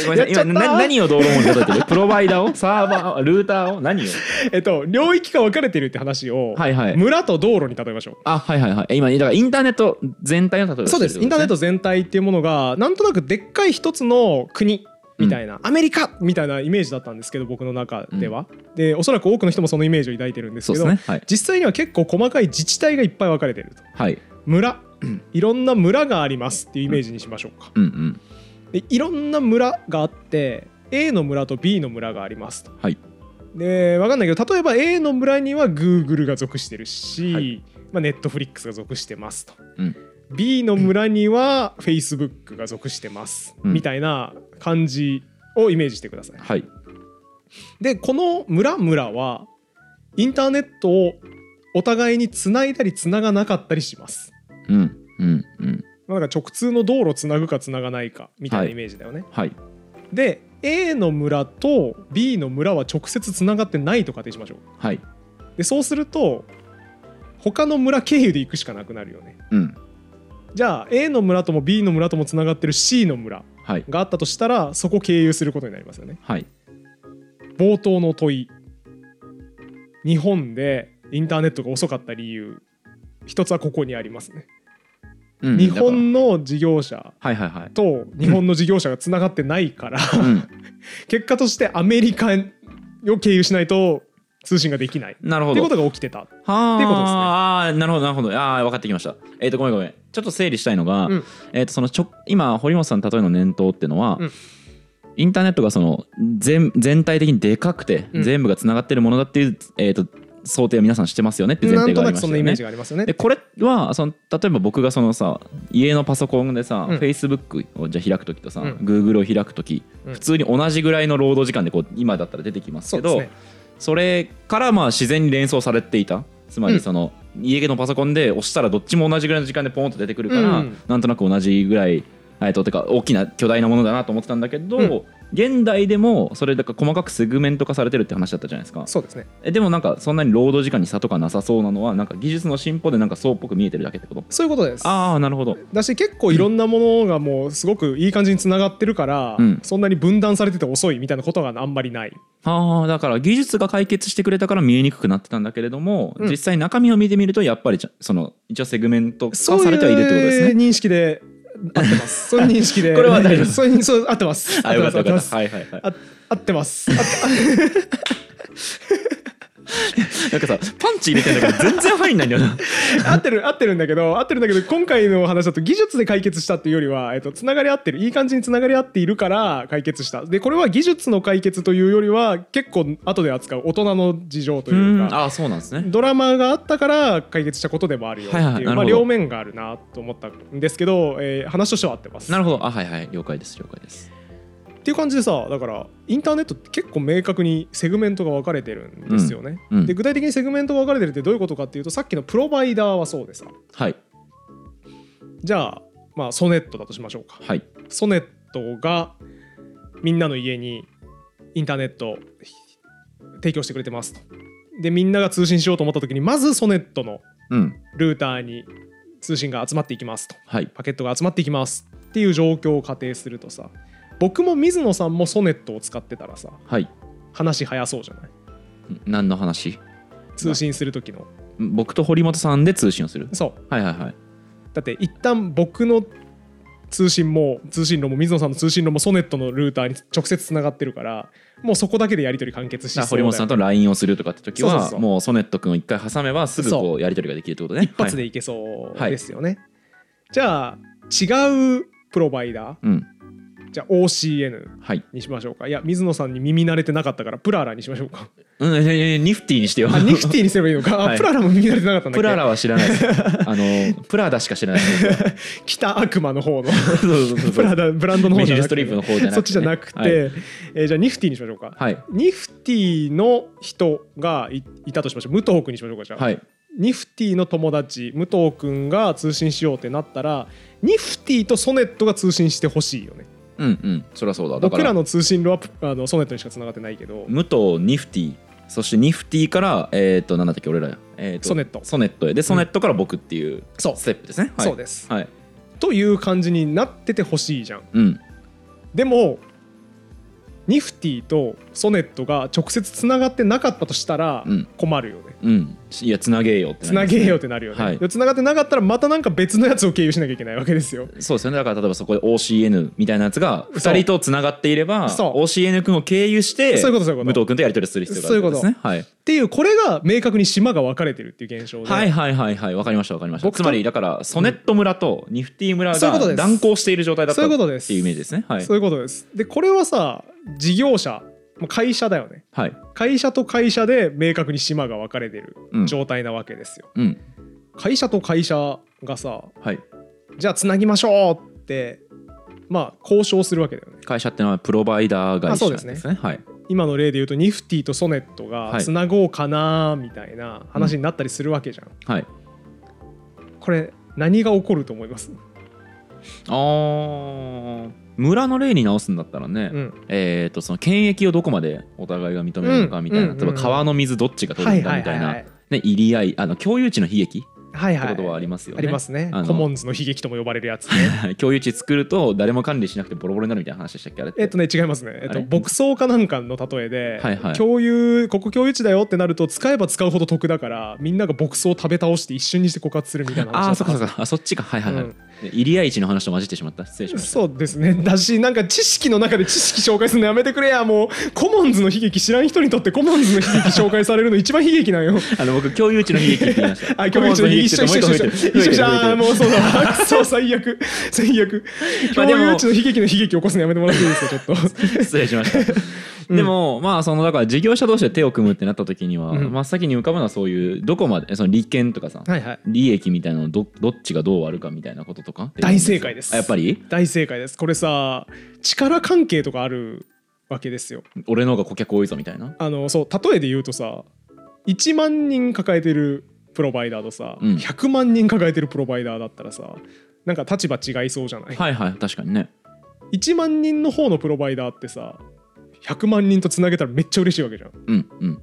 [SPEAKER 2] えごめんなさい
[SPEAKER 1] やっちゃ
[SPEAKER 2] 今
[SPEAKER 1] った
[SPEAKER 2] な何を道路網に例えてるプロバイダーをサー バーをルーターを何を
[SPEAKER 1] えっと領域が分かれてるって話を、
[SPEAKER 2] はいはい
[SPEAKER 1] 村と道路に例えましょう
[SPEAKER 2] あはいはいはいえ今だからインターネット全体の例えをして
[SPEAKER 1] そ
[SPEAKER 2] る
[SPEAKER 1] うですインターネット全体っていうものがなんとなくでっかい一つの国みたいな、アメリカみたいなイメージだったんですけど僕の中では、でおそらく多くの人もそのイメージを抱いてるんです
[SPEAKER 2] そう
[SPEAKER 1] けど
[SPEAKER 2] ですねはい、
[SPEAKER 1] 実際には結構細かい自治体がいっぱい分かれてると
[SPEAKER 2] はい、
[SPEAKER 1] 村いろんな村がありますっていうイメージにしましょうか、
[SPEAKER 2] うんうん
[SPEAKER 1] でいろんな村があって A の村と B の村がありますと。
[SPEAKER 2] はい
[SPEAKER 1] で分かんないけど例えば A の村には Google が属してるし、
[SPEAKER 2] はい
[SPEAKER 1] まあ、Netflix が属してますと。
[SPEAKER 2] うん
[SPEAKER 1] B の村には Facebook が属してます、
[SPEAKER 2] うん
[SPEAKER 1] みたいな感じをイメージしてください。
[SPEAKER 2] はい
[SPEAKER 1] でこの村々はインターネットをお互いにつないだりつながなかったりします。
[SPEAKER 2] うんうんうん
[SPEAKER 1] まあなんか直通の道路つなぐかつながないかみたいなイメージだよね。
[SPEAKER 2] はい
[SPEAKER 1] で A の村と B の村は直接つながってないと仮定しましょう
[SPEAKER 2] はい
[SPEAKER 1] でそうすると他の村経由で行くしかなくなるよね
[SPEAKER 2] うん
[SPEAKER 1] じゃあ A の村とも B の村ともつながってる C の村
[SPEAKER 2] はい
[SPEAKER 1] があったとしたらそこ経由することになりますよね
[SPEAKER 2] はい
[SPEAKER 1] 冒頭の問い日本でインターネットが遅かった理由一つはここにありますね、
[SPEAKER 2] うん
[SPEAKER 1] 日
[SPEAKER 2] だから
[SPEAKER 1] 本の事業者
[SPEAKER 2] はいはいはい
[SPEAKER 1] と日本の事業者がつながってないから
[SPEAKER 2] うん
[SPEAKER 1] 結果としてアメリカを経由しないと通信ができないっ
[SPEAKER 2] なるほ
[SPEAKER 1] て
[SPEAKER 2] ど
[SPEAKER 1] ことが起きてた。
[SPEAKER 2] はあ
[SPEAKER 1] ってことですね
[SPEAKER 2] あーなるほどなるほどああ分かってきましたえっ、とごめんごめんちょっと整理したいのが、
[SPEAKER 1] うん
[SPEAKER 2] えっ、とそのちょ今堀本さんの例えの念頭っていうのは、
[SPEAKER 1] うん
[SPEAKER 2] インターネットがその全全体的にでかくて、
[SPEAKER 1] うん
[SPEAKER 2] 全部がつながってるものだっていう、えー、と想定を皆さんしてますよねっていう前
[SPEAKER 1] なん
[SPEAKER 2] 提が
[SPEAKER 1] となくそ
[SPEAKER 2] ありました
[SPEAKER 1] ん
[SPEAKER 2] よ
[SPEAKER 1] なイメー
[SPEAKER 2] ね
[SPEAKER 1] ジ。がありますよね。
[SPEAKER 2] でこれはその例えば僕がそのさ家のパソコンでさ、
[SPEAKER 1] うん
[SPEAKER 2] Facebook をじゃあ開く時とさ、
[SPEAKER 1] うん
[SPEAKER 2] Google を開く時、
[SPEAKER 1] うん
[SPEAKER 2] 普通に同じぐらいの労働時間でこう今だったら出てきます
[SPEAKER 1] そう
[SPEAKER 2] け
[SPEAKER 1] で
[SPEAKER 2] ど
[SPEAKER 1] すね。
[SPEAKER 2] それからまあ自然に連想されていたつま
[SPEAKER 1] う
[SPEAKER 2] り
[SPEAKER 1] ん
[SPEAKER 2] その家のパソコンで押したらどっちも同じぐらいの時間でポンと出てくるから、
[SPEAKER 1] うん
[SPEAKER 2] なんとなく同じぐらいえっとてか大きな巨大なものだなと思ってたんだけど、
[SPEAKER 1] うん
[SPEAKER 2] 現代でもそれだから細かくセグメント化されてるって話だったじゃないですか
[SPEAKER 1] そうですね。
[SPEAKER 2] えでもなんかそんなに労働時間に差とかなさそうなのはなんか技術の進歩でなんかそうっぽく見えてるだけってこと
[SPEAKER 1] そういうことです。
[SPEAKER 2] ああなるほど
[SPEAKER 1] だし結構いろんなものがもうすごくいい感じにつながってるから、
[SPEAKER 2] うん
[SPEAKER 1] そんなに分断されてて遅いみたいなことがあんまりない。
[SPEAKER 2] ああだから技術が解決してくれたから見えにくくなってたんだけれども、
[SPEAKER 1] うん
[SPEAKER 2] 実際中身を見てみるとやっぱりちゃその一応セグメント化
[SPEAKER 1] そう
[SPEAKER 2] されてはいるってことですね
[SPEAKER 1] いう認識で合って ます。そういう認識で。
[SPEAKER 2] これは大丈夫
[SPEAKER 1] そういうそう合ってます。
[SPEAKER 2] あよかった
[SPEAKER 1] 合
[SPEAKER 2] よ
[SPEAKER 1] ってま
[SPEAKER 2] かっ
[SPEAKER 1] す
[SPEAKER 2] た。はいはいはい
[SPEAKER 1] あ合ってます。合ってます
[SPEAKER 2] なんかさパンチ入れてんだけど全然入んないんだよな
[SPEAKER 1] 合ってる合ってるんだけど合ってるんだけど今回の話だと技術で解決したっていうよりは、えっと、つながり合ってるいい感じにつながり合っているから解決したでこれは技術の解決というよりは結構後で扱う大人の事情と
[SPEAKER 2] う
[SPEAKER 1] いうんか
[SPEAKER 2] ああそうなんですね
[SPEAKER 1] ドラマがあったから解決したことでもあるよっていう、
[SPEAKER 2] はいはいな
[SPEAKER 1] ま
[SPEAKER 2] るほ
[SPEAKER 1] あ、
[SPEAKER 2] ど
[SPEAKER 1] 両面があるなと思ったんですけど、えー話としては合ってます
[SPEAKER 2] なるほどあはいはい了解です了解です
[SPEAKER 1] っていう感じでさだからインターネットって結構明確にセグメントが分かれてるんですよね、
[SPEAKER 2] うんうん
[SPEAKER 1] で具体的にセグメントが分かれてるってどういうことかっていうとさっきのプロバイダーはそうでさ
[SPEAKER 2] はい
[SPEAKER 1] じゃあまあソネットだとしましょうか
[SPEAKER 2] はい
[SPEAKER 1] ソネットがみんなの家にインターネット提供してくれてますと。でみんなが通信しようと思った時にまずソネットの
[SPEAKER 2] うん
[SPEAKER 1] ルーターに通信が集まっていきますと
[SPEAKER 2] はい
[SPEAKER 1] パケットが集まっていきますっていう状況を仮定するとさ僕も水野さんもソネットを使ってたらさ
[SPEAKER 2] はい
[SPEAKER 1] 話早そうじゃない
[SPEAKER 2] ん何の話
[SPEAKER 1] 通信する時の
[SPEAKER 2] 僕と堀本さんで通信をする
[SPEAKER 1] そう
[SPEAKER 2] はいはいはい
[SPEAKER 1] だって一旦僕の通信も通信路も水野さんの通信路もソネットのルーターに直接つながってるからもうそこだけでやり取り完結し
[SPEAKER 2] じ
[SPEAKER 1] そ
[SPEAKER 2] ゃ
[SPEAKER 1] う
[SPEAKER 2] あ堀本さんと LINE をするとかって時は
[SPEAKER 1] そうそうそう
[SPEAKER 2] もうソネット君を一回挟めばすぐこうやり取りができるってことね
[SPEAKER 1] 一発
[SPEAKER 2] はい
[SPEAKER 1] でいけそうですよね、じゃあ違うプロバイダー
[SPEAKER 2] うん
[SPEAKER 1] じゃあ OCN
[SPEAKER 2] はい
[SPEAKER 1] にしましょうかいや水野さんに耳慣れてなかったからプララにしましょう か
[SPEAKER 2] うんいやいやいやニフティにしてよ
[SPEAKER 1] あ ニフティにすればいいのか、あ
[SPEAKER 2] はい
[SPEAKER 1] プララも耳慣れてなかったんだっけ
[SPEAKER 2] プララは知らな いですあのプラダしか知らないです
[SPEAKER 1] 北悪魔の方の
[SPEAKER 2] そうそうそう
[SPEAKER 1] プラダブランドの方
[SPEAKER 2] メ
[SPEAKER 1] じ
[SPEAKER 2] リ
[SPEAKER 1] ゃ
[SPEAKER 2] ル・
[SPEAKER 1] な
[SPEAKER 2] ス
[SPEAKER 1] く
[SPEAKER 2] トリ
[SPEAKER 1] て
[SPEAKER 2] ープの方じゃなくてね
[SPEAKER 1] そっちじゃなくて、
[SPEAKER 2] はい
[SPEAKER 1] えーじゃあニフティにしましょうか、
[SPEAKER 2] はい
[SPEAKER 1] ニフティの人がいいたとしましょう武藤君にしましょうかじゃあ、
[SPEAKER 2] はい
[SPEAKER 1] ニフティの友達武藤君が通信しようってなったらニフティとソネットが通信してほしいよね
[SPEAKER 2] うんうんそりゃそうだだか
[SPEAKER 1] 僕
[SPEAKER 2] ら
[SPEAKER 1] らの通信路はあのソネットにしかつながってないけど
[SPEAKER 2] 武藤ニフティそしてニフティからえっ、となんだったっけ俺ら、えーと
[SPEAKER 1] ソネット
[SPEAKER 2] ソネットへでソネットから僕っていう
[SPEAKER 1] そ
[SPEAKER 2] ステップですね、はい、
[SPEAKER 1] そうです
[SPEAKER 2] はい
[SPEAKER 1] という感じになっててほしいじゃん
[SPEAKER 2] うん
[SPEAKER 1] でもニフティとソネットが直接つながってなかったとしたら
[SPEAKER 2] うん
[SPEAKER 1] 困るよね、
[SPEAKER 2] うん、いやつなげようってなります
[SPEAKER 1] つなげようってなるよね、
[SPEAKER 2] はい
[SPEAKER 1] でつながってなかったらまたなんか別のやつを経由しなきゃいけないわけですよ
[SPEAKER 2] そうですよねだから例えばそこで OCN みたいなやつが
[SPEAKER 1] そう
[SPEAKER 2] 2人とつながっていれば
[SPEAKER 1] そう
[SPEAKER 2] OCN 君を経由して
[SPEAKER 1] そういうことそういうこと
[SPEAKER 2] 武藤君とやり取りする必要があるんですねはい
[SPEAKER 1] っていうこれが明確に島が分かれてるっていう現象で、
[SPEAKER 2] はいはいはいはいわかりましたわかりました
[SPEAKER 1] 僕と
[SPEAKER 2] つまりだからソネット村とニフティ村
[SPEAKER 1] そういうことで
[SPEAKER 2] が
[SPEAKER 1] す
[SPEAKER 2] 断交している状態だった
[SPEAKER 1] そう
[SPEAKER 2] っ
[SPEAKER 1] いう
[SPEAKER 2] て
[SPEAKER 1] こ
[SPEAKER 2] いう
[SPEAKER 1] と
[SPEAKER 2] イ
[SPEAKER 1] です
[SPEAKER 2] メージですねはい
[SPEAKER 1] そういうことですでこれはさ事業者まあ会社だよね
[SPEAKER 2] はい
[SPEAKER 1] 会社と会社で明確に島が分かれてる
[SPEAKER 2] うん
[SPEAKER 1] 状態なわけですよ、
[SPEAKER 2] うん
[SPEAKER 1] 会社と会社がさ
[SPEAKER 2] はい
[SPEAKER 1] じゃあつなぎましょうってまあ交渉するわけだよね
[SPEAKER 2] 会社ってのはプロバイダー会
[SPEAKER 1] あそ
[SPEAKER 2] 社
[SPEAKER 1] う
[SPEAKER 2] なん
[SPEAKER 1] で
[SPEAKER 2] ですす
[SPEAKER 1] ね
[SPEAKER 2] ねはい
[SPEAKER 1] 今の例で言うとニフティとソネットが
[SPEAKER 2] はい
[SPEAKER 1] つなごうかなみたいな話になったりするわけじゃん、
[SPEAKER 2] はい
[SPEAKER 1] これ何が起こると思います、
[SPEAKER 2] あー村の例に直すんだったらね、
[SPEAKER 1] うん、
[SPEAKER 2] えー、とその権益をどこまでお互いが認めるのかみたいな、
[SPEAKER 1] うん
[SPEAKER 2] 例えば川の水どっちが取るのかみたいな、
[SPEAKER 1] はい
[SPEAKER 2] ね、入り合いあの共有地の悲劇っ
[SPEAKER 1] はい
[SPEAKER 2] て
[SPEAKER 1] はい
[SPEAKER 2] ことはありますよね。
[SPEAKER 1] あり ますね
[SPEAKER 2] あの
[SPEAKER 1] コモンズの悲劇とも呼ばれるやつね
[SPEAKER 2] 共有地作ると誰も管理しなくてボロボロになるみたいな話でしたっけあれって
[SPEAKER 1] えっとね違いますね、えっ
[SPEAKER 2] あれ
[SPEAKER 1] と、牧草かなんかの例えで、
[SPEAKER 2] はいはい
[SPEAKER 1] 共有ここ共有地だよってなると使えば使うほど得だからみんなが牧草を食べ倒して一瞬にして枯渇するみたいな
[SPEAKER 2] ああ
[SPEAKER 1] 話
[SPEAKER 2] そっ
[SPEAKER 1] だった
[SPEAKER 2] かそっかあそっちかはいはいはい、
[SPEAKER 1] うん
[SPEAKER 2] 入り合い地の話と混じってしまった失礼しました
[SPEAKER 1] そうですねだしなんか知識の中で知識紹介するのやめてくれやもうコモンズの悲劇知らん人にとってコモンズの悲劇紹介されるの一番悲劇なんよ
[SPEAKER 2] あの僕共有地の悲劇って言いまし た
[SPEAKER 1] あ共有地の悲劇 一緒一緒一緒一緒一緒一緒あーもうそうだわくそう最悪最悪
[SPEAKER 2] まあ
[SPEAKER 1] 共
[SPEAKER 2] でも
[SPEAKER 1] 有地の悲劇の悲劇起こすのやめてもらっていいですかちょっと
[SPEAKER 2] 失礼しました、でもまあそのだから事業者同士で手を組むってなった時には、
[SPEAKER 1] うん
[SPEAKER 2] 真っ先に浮かぶのはそういうどこまでその利権とかさ、
[SPEAKER 1] はいはい
[SPEAKER 2] 利益みたいなのをどどっちがどう割るかみたいなこととか
[SPEAKER 1] 大正解です
[SPEAKER 2] あやっぱり
[SPEAKER 1] 大正解ですこれさ力関係とかあるわけですよ
[SPEAKER 2] 俺の方が顧客多いぞみたいな
[SPEAKER 1] あのそう例えで言うとさ1万人抱えてるプロバイダーとさ、
[SPEAKER 2] うん
[SPEAKER 1] 100万人抱えてるプロバイダーだったらさなんか立場違いそうじゃない、
[SPEAKER 2] はいはい確かにね
[SPEAKER 1] 1万人の方のプロバイダーってさ100万人とつなげたらめっちゃ嬉しいわけじゃん
[SPEAKER 2] うんうん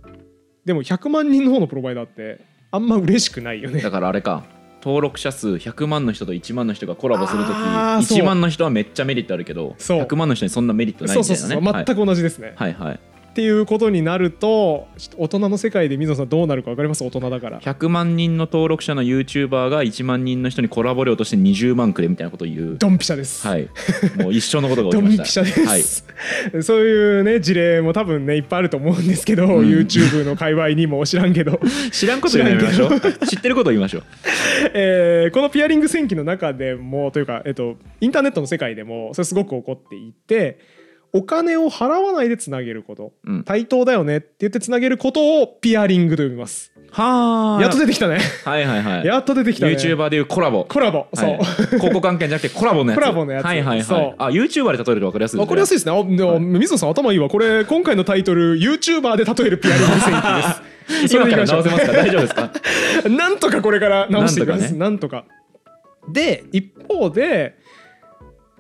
[SPEAKER 1] でも100万人の方のプロバイダーってあんま嬉しくないよね
[SPEAKER 2] だからあれか登録者数100万の人と1万の人がコラボするとき
[SPEAKER 1] あーそう
[SPEAKER 2] 1万の人はめっちゃメリットあるけど
[SPEAKER 1] そう
[SPEAKER 2] 100万の人にそんなメリットない
[SPEAKER 1] そう
[SPEAKER 2] みた
[SPEAKER 1] そ
[SPEAKER 2] いうな
[SPEAKER 1] そう、
[SPEAKER 2] ね
[SPEAKER 1] 全く同じですね、
[SPEAKER 2] はいはいはい
[SPEAKER 1] っていうことになるとちょっと大人の世界で水野さんどうなるか分かります大人だから
[SPEAKER 2] 100万人の登録者の YouTuber が1万人の人にコラボ料として20万くれみたいなことを言う
[SPEAKER 1] ドンピシャです、
[SPEAKER 2] はいもう一生のことが起
[SPEAKER 1] ド
[SPEAKER 2] きま
[SPEAKER 1] ン
[SPEAKER 2] し
[SPEAKER 1] ピ
[SPEAKER 2] た
[SPEAKER 1] シャで
[SPEAKER 2] はい
[SPEAKER 1] す、そういうね事例も多分ねいっぱいあると思うんですけど、
[SPEAKER 2] ん
[SPEAKER 1] YouTube の界隈にも知らんけど、
[SPEAKER 2] 知らんこと言うのやめましょう知ってることを言いましょう
[SPEAKER 1] えーこのピアリング戦記の中でもというか、えっと、インターネットの世界でもそれすごく起こっていてお金を払わないでつなげること、
[SPEAKER 2] うん
[SPEAKER 1] 対等だよねって言ってつなげることをピアリングと呼びます
[SPEAKER 2] はあ
[SPEAKER 1] やっと出てきたね
[SPEAKER 2] はいはいはい
[SPEAKER 1] やっと出てきたね
[SPEAKER 2] YouTuber でいうコラボ
[SPEAKER 1] コラボそう、
[SPEAKER 2] はい、広告関係じゃなくてコラボのやつ
[SPEAKER 1] コラボのやつ
[SPEAKER 2] はいはい
[SPEAKER 1] そ
[SPEAKER 2] は
[SPEAKER 1] う
[SPEAKER 2] いあ YouTuber で例えると分かりやすい
[SPEAKER 1] わかりやすい
[SPEAKER 2] い。
[SPEAKER 1] ですね。あ、でも、水野さん頭いいわ。これ、今回のタイトル、YouTuber で例えるピアリング戦記です
[SPEAKER 2] 今から
[SPEAKER 1] それ
[SPEAKER 2] 直
[SPEAKER 1] でいきましょう
[SPEAKER 2] せますか大丈夫ですか
[SPEAKER 1] なんとかこれから直していきます。
[SPEAKER 2] な
[SPEAKER 1] なんとか,、で、一方で、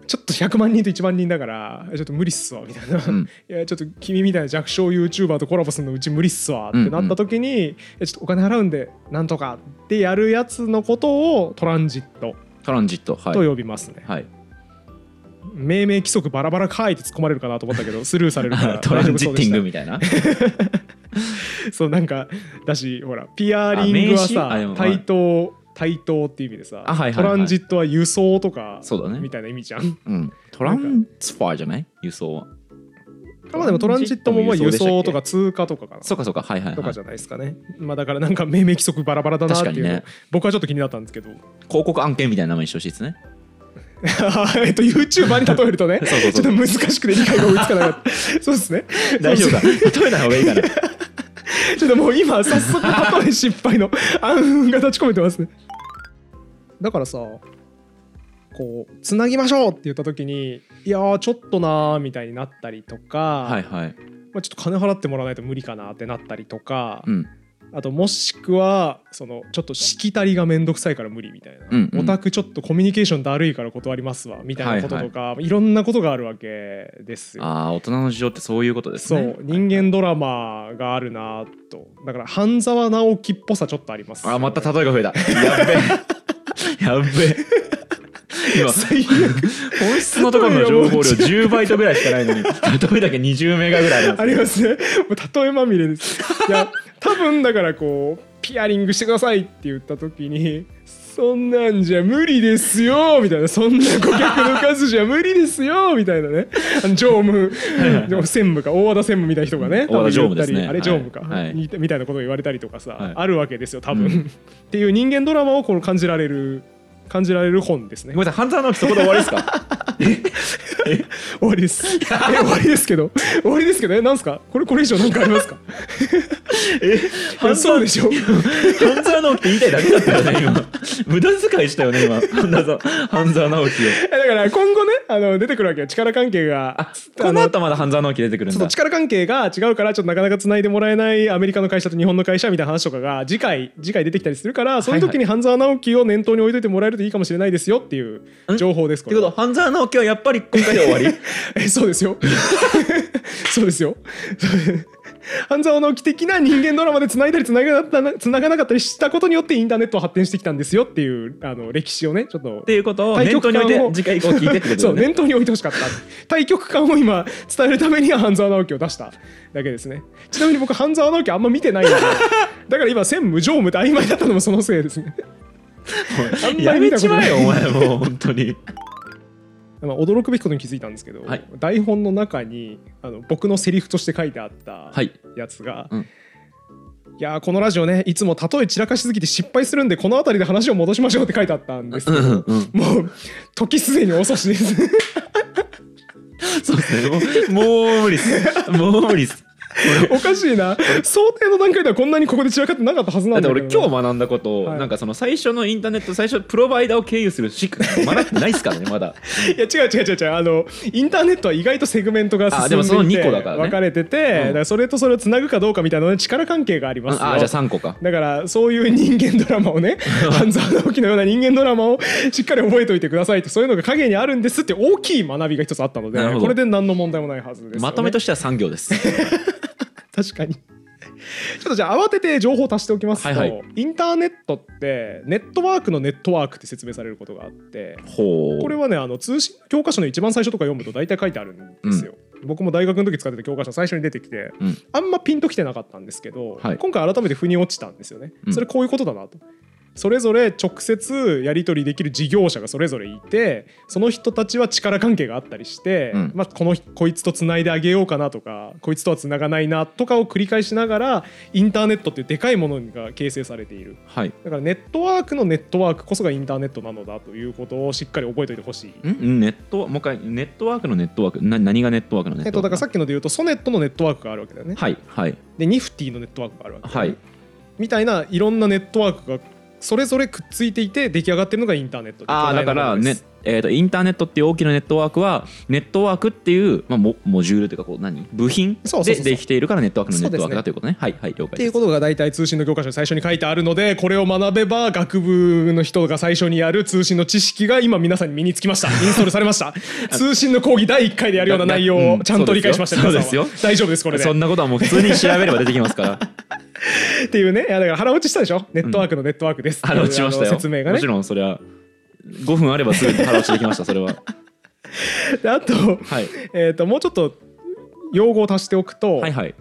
[SPEAKER 1] ちょっと100万人と1万人だから、ちょっと無理っすわ、みたいな。
[SPEAKER 2] うん
[SPEAKER 1] いや、ちょっと君みたいな弱小 YouTuber とコラボするのうち無理っすわ、ってなった時に、いやちょっとお金払うんで、なんとかってやるやつのことをトランジット
[SPEAKER 2] トランジットは
[SPEAKER 1] と
[SPEAKER 2] い
[SPEAKER 1] 呼びますね。
[SPEAKER 2] はい
[SPEAKER 1] 命名規則バラバラかいって突っ込まれるかなと思ったけど、スルーされるから。
[SPEAKER 2] トランジッティン
[SPEAKER 1] 大丈夫そうでし
[SPEAKER 2] グ
[SPEAKER 1] た
[SPEAKER 2] みたいな
[SPEAKER 1] そうなんかだしほらピアリングは
[SPEAKER 2] あ名刺あでも
[SPEAKER 1] さ
[SPEAKER 2] はい
[SPEAKER 1] 対等対等っていう意味でさ、
[SPEAKER 2] あはいはいはい
[SPEAKER 1] トランジットは輸送とか
[SPEAKER 2] そうだね
[SPEAKER 1] みたいな意味じゃん。
[SPEAKER 2] うんトランスファーじゃない輸送は
[SPEAKER 1] まあでもトランジットもまあ
[SPEAKER 2] トラ
[SPEAKER 1] 輸
[SPEAKER 2] ン
[SPEAKER 1] 送
[SPEAKER 2] ジットも輸送でしたっけ
[SPEAKER 1] とか通貨とかかな
[SPEAKER 2] そうかそうかはいはい
[SPEAKER 1] と
[SPEAKER 2] は
[SPEAKER 1] か
[SPEAKER 2] い
[SPEAKER 1] じゃないですかね。まあだからなんか命名規則バラバラだなっていう
[SPEAKER 2] 確
[SPEAKER 1] の、
[SPEAKER 2] かにね
[SPEAKER 1] 僕はちょっと気になったんですけど
[SPEAKER 2] 広告案件みたいな名前にしてほしいですね
[SPEAKER 1] えっと YouTuber に例えるとね
[SPEAKER 2] そうそうそう
[SPEAKER 1] ちょっと難しくて理解が追いつかなかった そうですね
[SPEAKER 2] 大丈夫か
[SPEAKER 1] そうで
[SPEAKER 2] 例えない方がいいかな
[SPEAKER 1] すねちょっともう今早速例え失敗の 暗雲が立ち込めてますねだからさこうつなぎましょうって言った時にいやーちょっとなーみたいになったりとか、
[SPEAKER 2] はいはい
[SPEAKER 1] まあ、ちょっと金払ってもらわないと無理かなってなったりとか、
[SPEAKER 2] うん
[SPEAKER 1] あともしくはそのちょっとしきたりがめんどくさいから無理みたいな、
[SPEAKER 2] うんうん
[SPEAKER 1] オタクちょっとコミュニケーションだるいから断りますわみたいなこととか、いろんなことがあるわけですよ。
[SPEAKER 2] ああ大人の事情ってそういうことです
[SPEAKER 1] そう、
[SPEAKER 2] ね
[SPEAKER 1] 人間ドラマがあるなとだから半沢直樹っぽさちょっとあります
[SPEAKER 2] あーまた例えが増えたやっべえやっべえ今
[SPEAKER 1] 最悪
[SPEAKER 2] 本質のところの情報量10バイトぐらいしかないのに 例えだけ20メガぐらいあります
[SPEAKER 1] ありますね。もう例えまみれです。いや、多分だからこう、ピアリングしてくださいって言った時に、そんなんじゃ無理ですよみたいな、そんな顧客の数じゃ無理ですよみたいなね、あの常務、でも専務か、大和田専務みたいな人がね、
[SPEAKER 2] 大和田常務
[SPEAKER 1] 多分言ったり
[SPEAKER 2] ですね
[SPEAKER 1] あれ常務か、
[SPEAKER 2] はいはい
[SPEAKER 1] みみたいなことを言われたりとかさ、
[SPEAKER 2] はい
[SPEAKER 1] あるわけですよ、多分、
[SPEAKER 2] うん
[SPEAKER 1] っていう人間ドラマをこの感じられる、感じられる本ですね
[SPEAKER 2] ごめ。んなさい半沢直樹そこで終わりです か
[SPEAKER 1] 終わり です。え終わりですけど、終わりですけど、え、なんすかこれ、これ以上なんかありますかいやそうでしょ
[SPEAKER 2] 半沢直樹って言いたいだけだったよね今無駄遣いしたよね今半沢半沢直樹を
[SPEAKER 1] えだから今後ねあの出てくるわけよ力関係が
[SPEAKER 2] あ
[SPEAKER 1] の
[SPEAKER 2] この後まだ半沢直樹出てくる
[SPEAKER 1] ちょっ
[SPEAKER 2] ん
[SPEAKER 1] と
[SPEAKER 2] だ
[SPEAKER 1] 力関係が違うからちょっとなかなか繋いでもらえないアメリカの会社と日本の会社みたいな話とかが次回次回出てきたりするからそういう時に半沢直樹を念頭に置いといてもらえるといいかもしれないですよっていう情報です
[SPEAKER 2] っ
[SPEAKER 1] こ
[SPEAKER 2] て
[SPEAKER 1] れ
[SPEAKER 2] こ
[SPEAKER 1] は
[SPEAKER 2] とは半沢直樹はやっぱり今回で終わり
[SPEAKER 1] えそうですよ そうですよ半沢直樹的な人間ドラマで繋いだり繋がなかったな繋がなかったりしたことによってインターネットは発展してきたんですよっていうあの歴史をねちょっと
[SPEAKER 2] っていうことを
[SPEAKER 1] 対
[SPEAKER 2] 念
[SPEAKER 1] 局
[SPEAKER 2] 頭に
[SPEAKER 1] 観
[SPEAKER 2] 置いて
[SPEAKER 1] を
[SPEAKER 2] 次回以降聞いてってことだ
[SPEAKER 1] そ
[SPEAKER 2] よ
[SPEAKER 1] う
[SPEAKER 2] ね
[SPEAKER 1] 念頭に置いてほしかった対局観を今伝えるために半沢直樹を出しただけですねちなみに僕半沢直樹あんま見てないので だから今専務常務って曖昧だったのもそのせいですねあんまり見たことない
[SPEAKER 2] やめちまえよお前もう本当 に
[SPEAKER 1] まあ驚くべきことに気づいたんですけど、
[SPEAKER 2] はい
[SPEAKER 1] 台本の中にあの僕のセリフとして書いてあった
[SPEAKER 2] はい
[SPEAKER 1] やつが、
[SPEAKER 2] うん
[SPEAKER 1] いやーこのラジオねいつも例え散らかしすぎて失敗するんでこの辺りで話を戻しましょうって書いてあったんですけ
[SPEAKER 2] う
[SPEAKER 1] ど、
[SPEAKER 2] んうん
[SPEAKER 1] もう時すでに遅しです
[SPEAKER 2] そうですねもうもう無理っすもう無理っす
[SPEAKER 1] おかしいな想定の段階ではこんなにここで散らかってなかったはず
[SPEAKER 2] だ
[SPEAKER 1] な
[SPEAKER 2] っ
[SPEAKER 1] ん
[SPEAKER 2] て
[SPEAKER 1] だけど
[SPEAKER 2] 俺今日学んだことを、
[SPEAKER 1] はい
[SPEAKER 2] なんかその最初のインターネット最初プロバイダーを経由するしか学ってないっすからねま だ
[SPEAKER 1] いや違う違う違う違うあのインターネットは意外とセグメントが進んでいて
[SPEAKER 2] あでもその二個だからね
[SPEAKER 1] 分かれてて、
[SPEAKER 2] うん
[SPEAKER 1] だからそれとそれをつなぐかどうかみたいなね力関係がありますよ
[SPEAKER 2] ああじゃあ3個か
[SPEAKER 1] だからそういう人間ドラマを ね半沢直樹のような人間ドラマをしっかり覚えておいてくださいとそういうのが影にあるんですって大きい学びが一つあったので
[SPEAKER 2] なるほど
[SPEAKER 1] これで何の問題もないはずですよね、
[SPEAKER 2] まとめとしては3行です
[SPEAKER 1] 確かにちょっとじゃあ慌てて情報を足しておきますと、
[SPEAKER 2] はいはい
[SPEAKER 1] インターネットってネットワークのネットワークって説明されることがあって
[SPEAKER 2] ほう
[SPEAKER 1] これはねあの通信教科書の一番最初とか読むと大体書いてあるんですよ、僕も大学の時使ってた教科書最初に出てきて、
[SPEAKER 2] うん
[SPEAKER 1] あんまピンときてなかったんですけど、
[SPEAKER 2] はい
[SPEAKER 1] 今回改めて腑に落ちたんですよね、
[SPEAKER 2] うん
[SPEAKER 1] それこういうことだなとそれぞれ直接やり取りできる事業者がそれぞれいてその人たちは力関係があったりして、
[SPEAKER 2] うん
[SPEAKER 1] まあ、このこいつとつないであげようかなとかこいつとはつながないなとかを繰り返しながらインターネットっていうでかいものが形成されている
[SPEAKER 2] はい
[SPEAKER 1] だからネットワークのネットワークこそがインターネットなのだということをしっかり覚えておいてほしい。
[SPEAKER 2] んネットもう一回ネットワークのネットワークな何がネットワークのネ
[SPEAKER 1] え
[SPEAKER 2] ッ
[SPEAKER 1] っと、
[SPEAKER 2] ト
[SPEAKER 1] だ
[SPEAKER 2] ワーク
[SPEAKER 1] からさっきので言うとソネットのネットワークがあるわけだよね。
[SPEAKER 2] はいはい
[SPEAKER 1] でニフティのネットワークがあるわけだよ
[SPEAKER 2] は
[SPEAKER 1] ね、
[SPEAKER 2] い
[SPEAKER 1] みたいないろんなネットワークがそれぞれくっついていて出来上がってるのがインターネット
[SPEAKER 2] ああだからね
[SPEAKER 1] ね
[SPEAKER 2] えー、とインターネットっていう大きなネットワークはネットワークっていう、まあ、モモジュールというかこう何部品
[SPEAKER 1] そうそう
[SPEAKER 2] で
[SPEAKER 1] そうそう
[SPEAKER 2] できているからネットワークのネットワーク
[SPEAKER 1] そ
[SPEAKER 2] だ
[SPEAKER 1] うですね
[SPEAKER 2] ということねはいはい了
[SPEAKER 1] っ
[SPEAKER 2] 解
[SPEAKER 1] てい
[SPEAKER 2] で
[SPEAKER 1] う
[SPEAKER 2] す
[SPEAKER 1] ことが大体通信の教科書に最初に書いてあるのでこれを学べば学部の人が最初にやる通信の知識が今皆さんに身につき ましたインストールされました通信の講義第1回でやるような内容をちゃんと理解しました
[SPEAKER 2] そうで
[SPEAKER 1] 皆
[SPEAKER 2] す
[SPEAKER 1] さん
[SPEAKER 2] よ
[SPEAKER 1] は大丈夫ですこれで
[SPEAKER 2] そんなことはもう普通に調べれば出てきます から
[SPEAKER 1] っていうねいやだから腹落ちしたでしょネットワークのネットワークですっていう、
[SPEAKER 2] 腹落ちましたよ
[SPEAKER 1] あの説明が
[SPEAKER 2] も
[SPEAKER 1] ね
[SPEAKER 2] ちろんそれは5分あればすぐに腹落ちできましたそれは
[SPEAKER 1] であと,、
[SPEAKER 2] はい
[SPEAKER 1] えー、ともうちょっと用語を足しておくと、
[SPEAKER 2] はいはい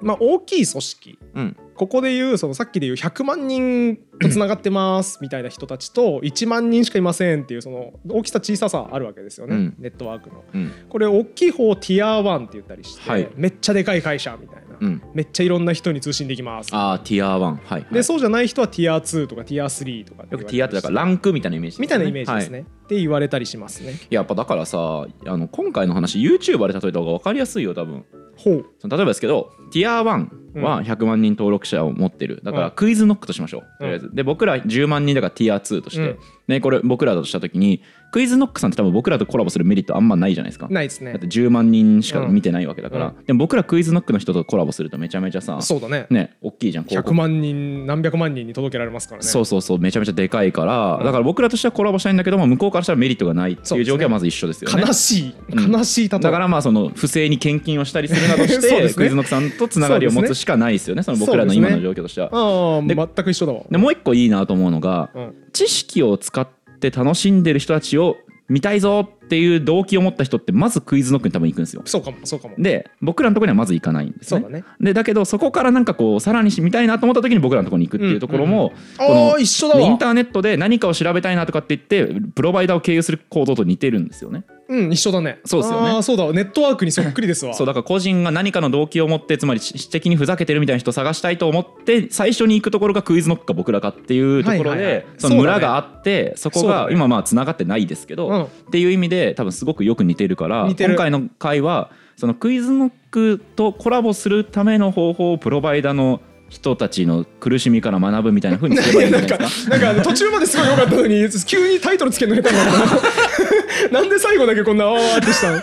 [SPEAKER 1] まあ、大きい組織
[SPEAKER 2] うん
[SPEAKER 1] ここでいうそのさっきでいう100万人とつながってますみたいな人たちと1万人しかいませんっていうその大きさ小ささあるわけですよね、
[SPEAKER 2] うん
[SPEAKER 1] ネットワークの
[SPEAKER 2] うん
[SPEAKER 1] これ大きい方をティア1って言ったりして、
[SPEAKER 2] はい
[SPEAKER 1] めっちゃでかい会社みたいな、
[SPEAKER 2] うん
[SPEAKER 1] めっちゃいろんな人に通信できます
[SPEAKER 2] ああティア1はい、はい、
[SPEAKER 1] でそうじゃない人はティア2とかティア3とかって言
[SPEAKER 2] よく
[SPEAKER 1] わ
[SPEAKER 2] テ
[SPEAKER 1] れ
[SPEAKER 2] ィア
[SPEAKER 1] たり
[SPEAKER 2] ってだ
[SPEAKER 1] して
[SPEAKER 2] からランクみたいなイメージで
[SPEAKER 1] み
[SPEAKER 2] すね、
[SPEAKER 1] たいなイメージですね、って言われたりしますね
[SPEAKER 2] いややっぱだからさあの今回の話 YouTuber で例えた方が分かりやすいよ多分
[SPEAKER 1] ほう
[SPEAKER 2] その例えばですけどティア1は100万人登録者を持ってるだか
[SPEAKER 1] う
[SPEAKER 2] ら
[SPEAKER 1] ん
[SPEAKER 2] クイズノックとしましょう、
[SPEAKER 1] うん
[SPEAKER 2] とりあえずで僕ら10万人だからティア2として、
[SPEAKER 1] うん
[SPEAKER 2] ね、これ僕らだとした時にクイズノックさんって多分僕らとコラボするメリットあんまないじゃないですか
[SPEAKER 1] ないです
[SPEAKER 2] だっ
[SPEAKER 1] ね
[SPEAKER 2] て10万人しか見てないわけだから、
[SPEAKER 1] う
[SPEAKER 2] でも僕らクイズノックの人とコラボするとめちゃめちゃさ
[SPEAKER 1] そうだね
[SPEAKER 2] ね大きいじゃん広
[SPEAKER 1] 100
[SPEAKER 2] 告
[SPEAKER 1] 万人何百万人に届けられますからね
[SPEAKER 2] そうそうそうめちゃめちゃでかいから、
[SPEAKER 1] うん
[SPEAKER 2] だから僕らとしてはコラボしたいんだけども向こうからしたらメリットがないって
[SPEAKER 1] そう
[SPEAKER 2] いう
[SPEAKER 1] です
[SPEAKER 2] 状
[SPEAKER 1] ね
[SPEAKER 2] 況はまず一緒ですよね
[SPEAKER 1] 悲しい
[SPEAKER 2] うん
[SPEAKER 1] 悲しい例え、
[SPEAKER 2] だからまあその不正に献金をしたりするなど し
[SPEAKER 1] そう
[SPEAKER 2] て、
[SPEAKER 1] ですね
[SPEAKER 2] クイズノックさんとつながりを持つしかないですよねその僕らの今の状況としては。
[SPEAKER 1] ああ
[SPEAKER 2] で
[SPEAKER 1] 全く一緒だわ
[SPEAKER 2] でもう一個いいなと思うのが
[SPEAKER 1] うん
[SPEAKER 2] 知識を使っって楽しんでる人たちを見たいぞっていう動機を持った人ってまずクイズノックに多分行くんですよ。
[SPEAKER 1] そうかもそうかも
[SPEAKER 2] で僕らのところにはまず行かないんです
[SPEAKER 1] そう
[SPEAKER 2] ね
[SPEAKER 1] だ。ね
[SPEAKER 2] でだけどそこからなんかこうさらに見たいなと思った時に僕らのところに行くっていうところも、
[SPEAKER 1] ああ一緒だ
[SPEAKER 2] イン
[SPEAKER 1] わ
[SPEAKER 2] ターネットで何かを調べたいなとかって言ってプロバイダーを経由する構造と似てるんですよね。
[SPEAKER 1] うん一緒だね
[SPEAKER 2] そうですよね
[SPEAKER 1] ああそうだわネットワークにそっくりですわ
[SPEAKER 2] そうだから個人が何かの動機を持ってつまり私的にふざけてるみたいな人を探したいと思って最初に行くところがクイズノックか僕らかっていうところ
[SPEAKER 1] はいはいはい
[SPEAKER 2] でその村があってそこ
[SPEAKER 1] そうだ
[SPEAKER 2] が
[SPEAKER 1] ね
[SPEAKER 2] 今まあつながってないですけど、
[SPEAKER 1] うん
[SPEAKER 2] っていう意味で多分すごくよく似てるから
[SPEAKER 1] 似てる
[SPEAKER 2] 今回の回はそのクイズノックとコラボするための方法をプロバイダーの人たちの苦しみから学ぶみたいな風にすればいいんじゃ
[SPEAKER 1] な
[SPEAKER 2] なんいで
[SPEAKER 1] か
[SPEAKER 2] すか。
[SPEAKER 1] なんかあの途中まですごい良かったのに急にタイトルつけるの下手になった ななんで最後だけこんなあーってしたの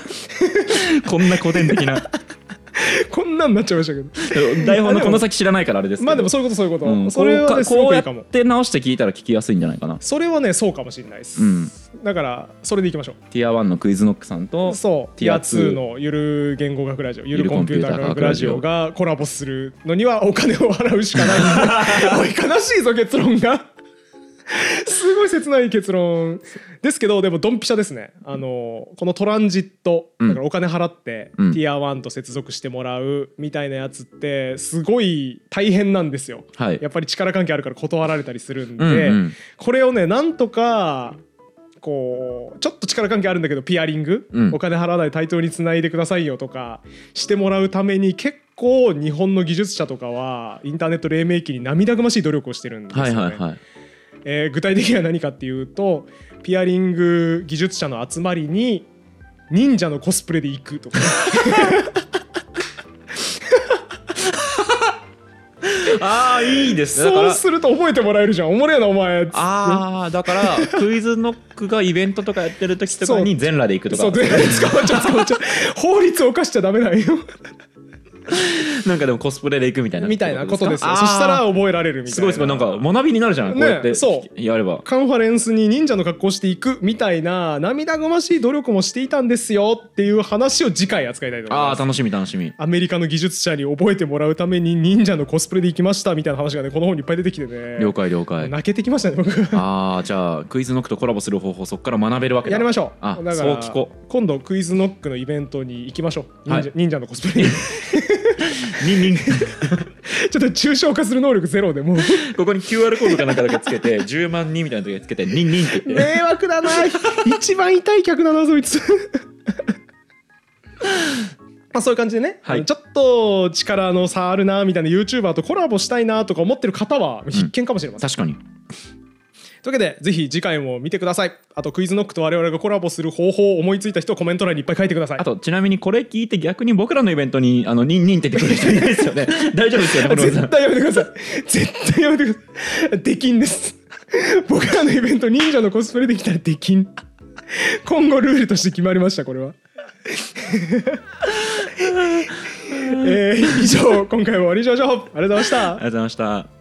[SPEAKER 2] こんな古典的な
[SPEAKER 1] こんなんなっちゃいましたけど
[SPEAKER 2] 台本のこの先知らないからあれですけど
[SPEAKER 1] まあでもそういうことそういうこと、
[SPEAKER 2] うん
[SPEAKER 1] それは
[SPEAKER 2] こう
[SPEAKER 1] ね
[SPEAKER 2] か
[SPEAKER 1] すご
[SPEAKER 2] こう
[SPEAKER 1] くい
[SPEAKER 2] や
[SPEAKER 1] いかも
[SPEAKER 2] って直して聞いたら聞きやすいんじゃないかな。
[SPEAKER 1] それはねそうかもしれないです、
[SPEAKER 2] うん
[SPEAKER 1] だからそれでいきましょ
[SPEAKER 2] ティア1のクイズノックさんと
[SPEAKER 1] うそう
[SPEAKER 2] ティア
[SPEAKER 1] Tier
[SPEAKER 2] 2
[SPEAKER 1] 2のゆる言語学ラジオゆるコンピューター科学ラジオ
[SPEAKER 2] ゆるコンピュータ
[SPEAKER 1] がコラボするのにはお 金を払うしか ないんでおい悲しいぞ結論が すごい切ない結論ですけどでもドンピシャですねあのこのトランジット、
[SPEAKER 2] うん
[SPEAKER 1] だからお金払って、
[SPEAKER 2] うん
[SPEAKER 1] ティア1と接続してもらうみたいなやつってすごい大変なんですよ
[SPEAKER 2] はい
[SPEAKER 1] やっぱり力関係あるから断られたりするんで、
[SPEAKER 2] うんうん
[SPEAKER 1] これをねなんとかこうちょっと力関係あるんだけどピアリング、
[SPEAKER 2] うん
[SPEAKER 1] お金払わない対等につないでくださいよとかしてもらうために結構日本の技術者とかはインターネット黎明期に涙ぐましい努力をしてるんですよ
[SPEAKER 2] は
[SPEAKER 1] ね。
[SPEAKER 2] いはいはい
[SPEAKER 1] えー具体的には何かっていうとピアリング技術者の集まりに忍者のコスプレで行くと か
[SPEAKER 2] ああいいですねだか
[SPEAKER 1] そう
[SPEAKER 2] ら
[SPEAKER 1] すると覚えてもらえるじゃんおもれえなお前っつって
[SPEAKER 2] ああだからクイズノックがイベントとかやってる時とかに全裸で行くと
[SPEAKER 1] そう
[SPEAKER 2] か
[SPEAKER 1] 全然捕まっちゃう捕 まっちゃう法律を犯しちゃダメだよ
[SPEAKER 2] なんかでもコスプレで行くみたい な
[SPEAKER 1] みたいなことですよ
[SPEAKER 2] あー
[SPEAKER 1] そしたら覚えられるみたいな
[SPEAKER 2] すごいすごいなんか学びになるじゃんこうやって
[SPEAKER 1] ねそ
[SPEAKER 2] やれば
[SPEAKER 1] カンファレンスに忍者の格好をしていくみたいな涙ぐましい努力もしていたんですよっていう話を次回扱いたいと思い
[SPEAKER 2] あ
[SPEAKER 1] ま
[SPEAKER 2] あ
[SPEAKER 1] す
[SPEAKER 2] 楽しみ楽しみ
[SPEAKER 1] アメリカの技術者に覚えてもらうために忍者のコスプレで行きましたみたいな話がねこの本にいっぱい出てきてね
[SPEAKER 2] 了解了解
[SPEAKER 1] 泣けてきましたね僕
[SPEAKER 2] ああじゃあクイズノックとコラボする方法そこから学べるわけだ
[SPEAKER 1] やりましょう
[SPEAKER 2] あ
[SPEAKER 1] だか
[SPEAKER 2] そう
[SPEAKER 1] ら
[SPEAKER 2] 聞こう
[SPEAKER 1] 今度クイズノックのイベントに行きましょう忍者,、
[SPEAKER 2] はい
[SPEAKER 1] 忍者のコスプレに
[SPEAKER 2] にに
[SPEAKER 1] ちょっと抽象化する能力ゼロでもう
[SPEAKER 2] ここに QR コードかなんかだけつけて10万人みたいな時につけてニンニンって言って
[SPEAKER 1] 迷惑だな一番痛い客だなそい つまあそういう感じでね、
[SPEAKER 2] はい
[SPEAKER 1] あのちょっと力の差あるなみたいな YouTuber とコラボしたいなとか思ってる方は必見かもしれません、
[SPEAKER 2] 確かに
[SPEAKER 1] というわけでぜひ次回も見てくださいあとクイズノックと我々がコラボする方法を思いついた人コメント欄にいっぱい書いてください
[SPEAKER 2] あとちなみにこれ聞いて逆に僕らのイベントにあのニンニンって出てくる人いないで すよね大丈夫ですよねこ
[SPEAKER 1] 絶対やめてください絶対やめてくださいできんです僕らのイベント忍者のコスプレできたらできん今後ルールとして決まりましたこれはえー以上今回も終わりにしましょうありがとうございました
[SPEAKER 2] ありがとうございました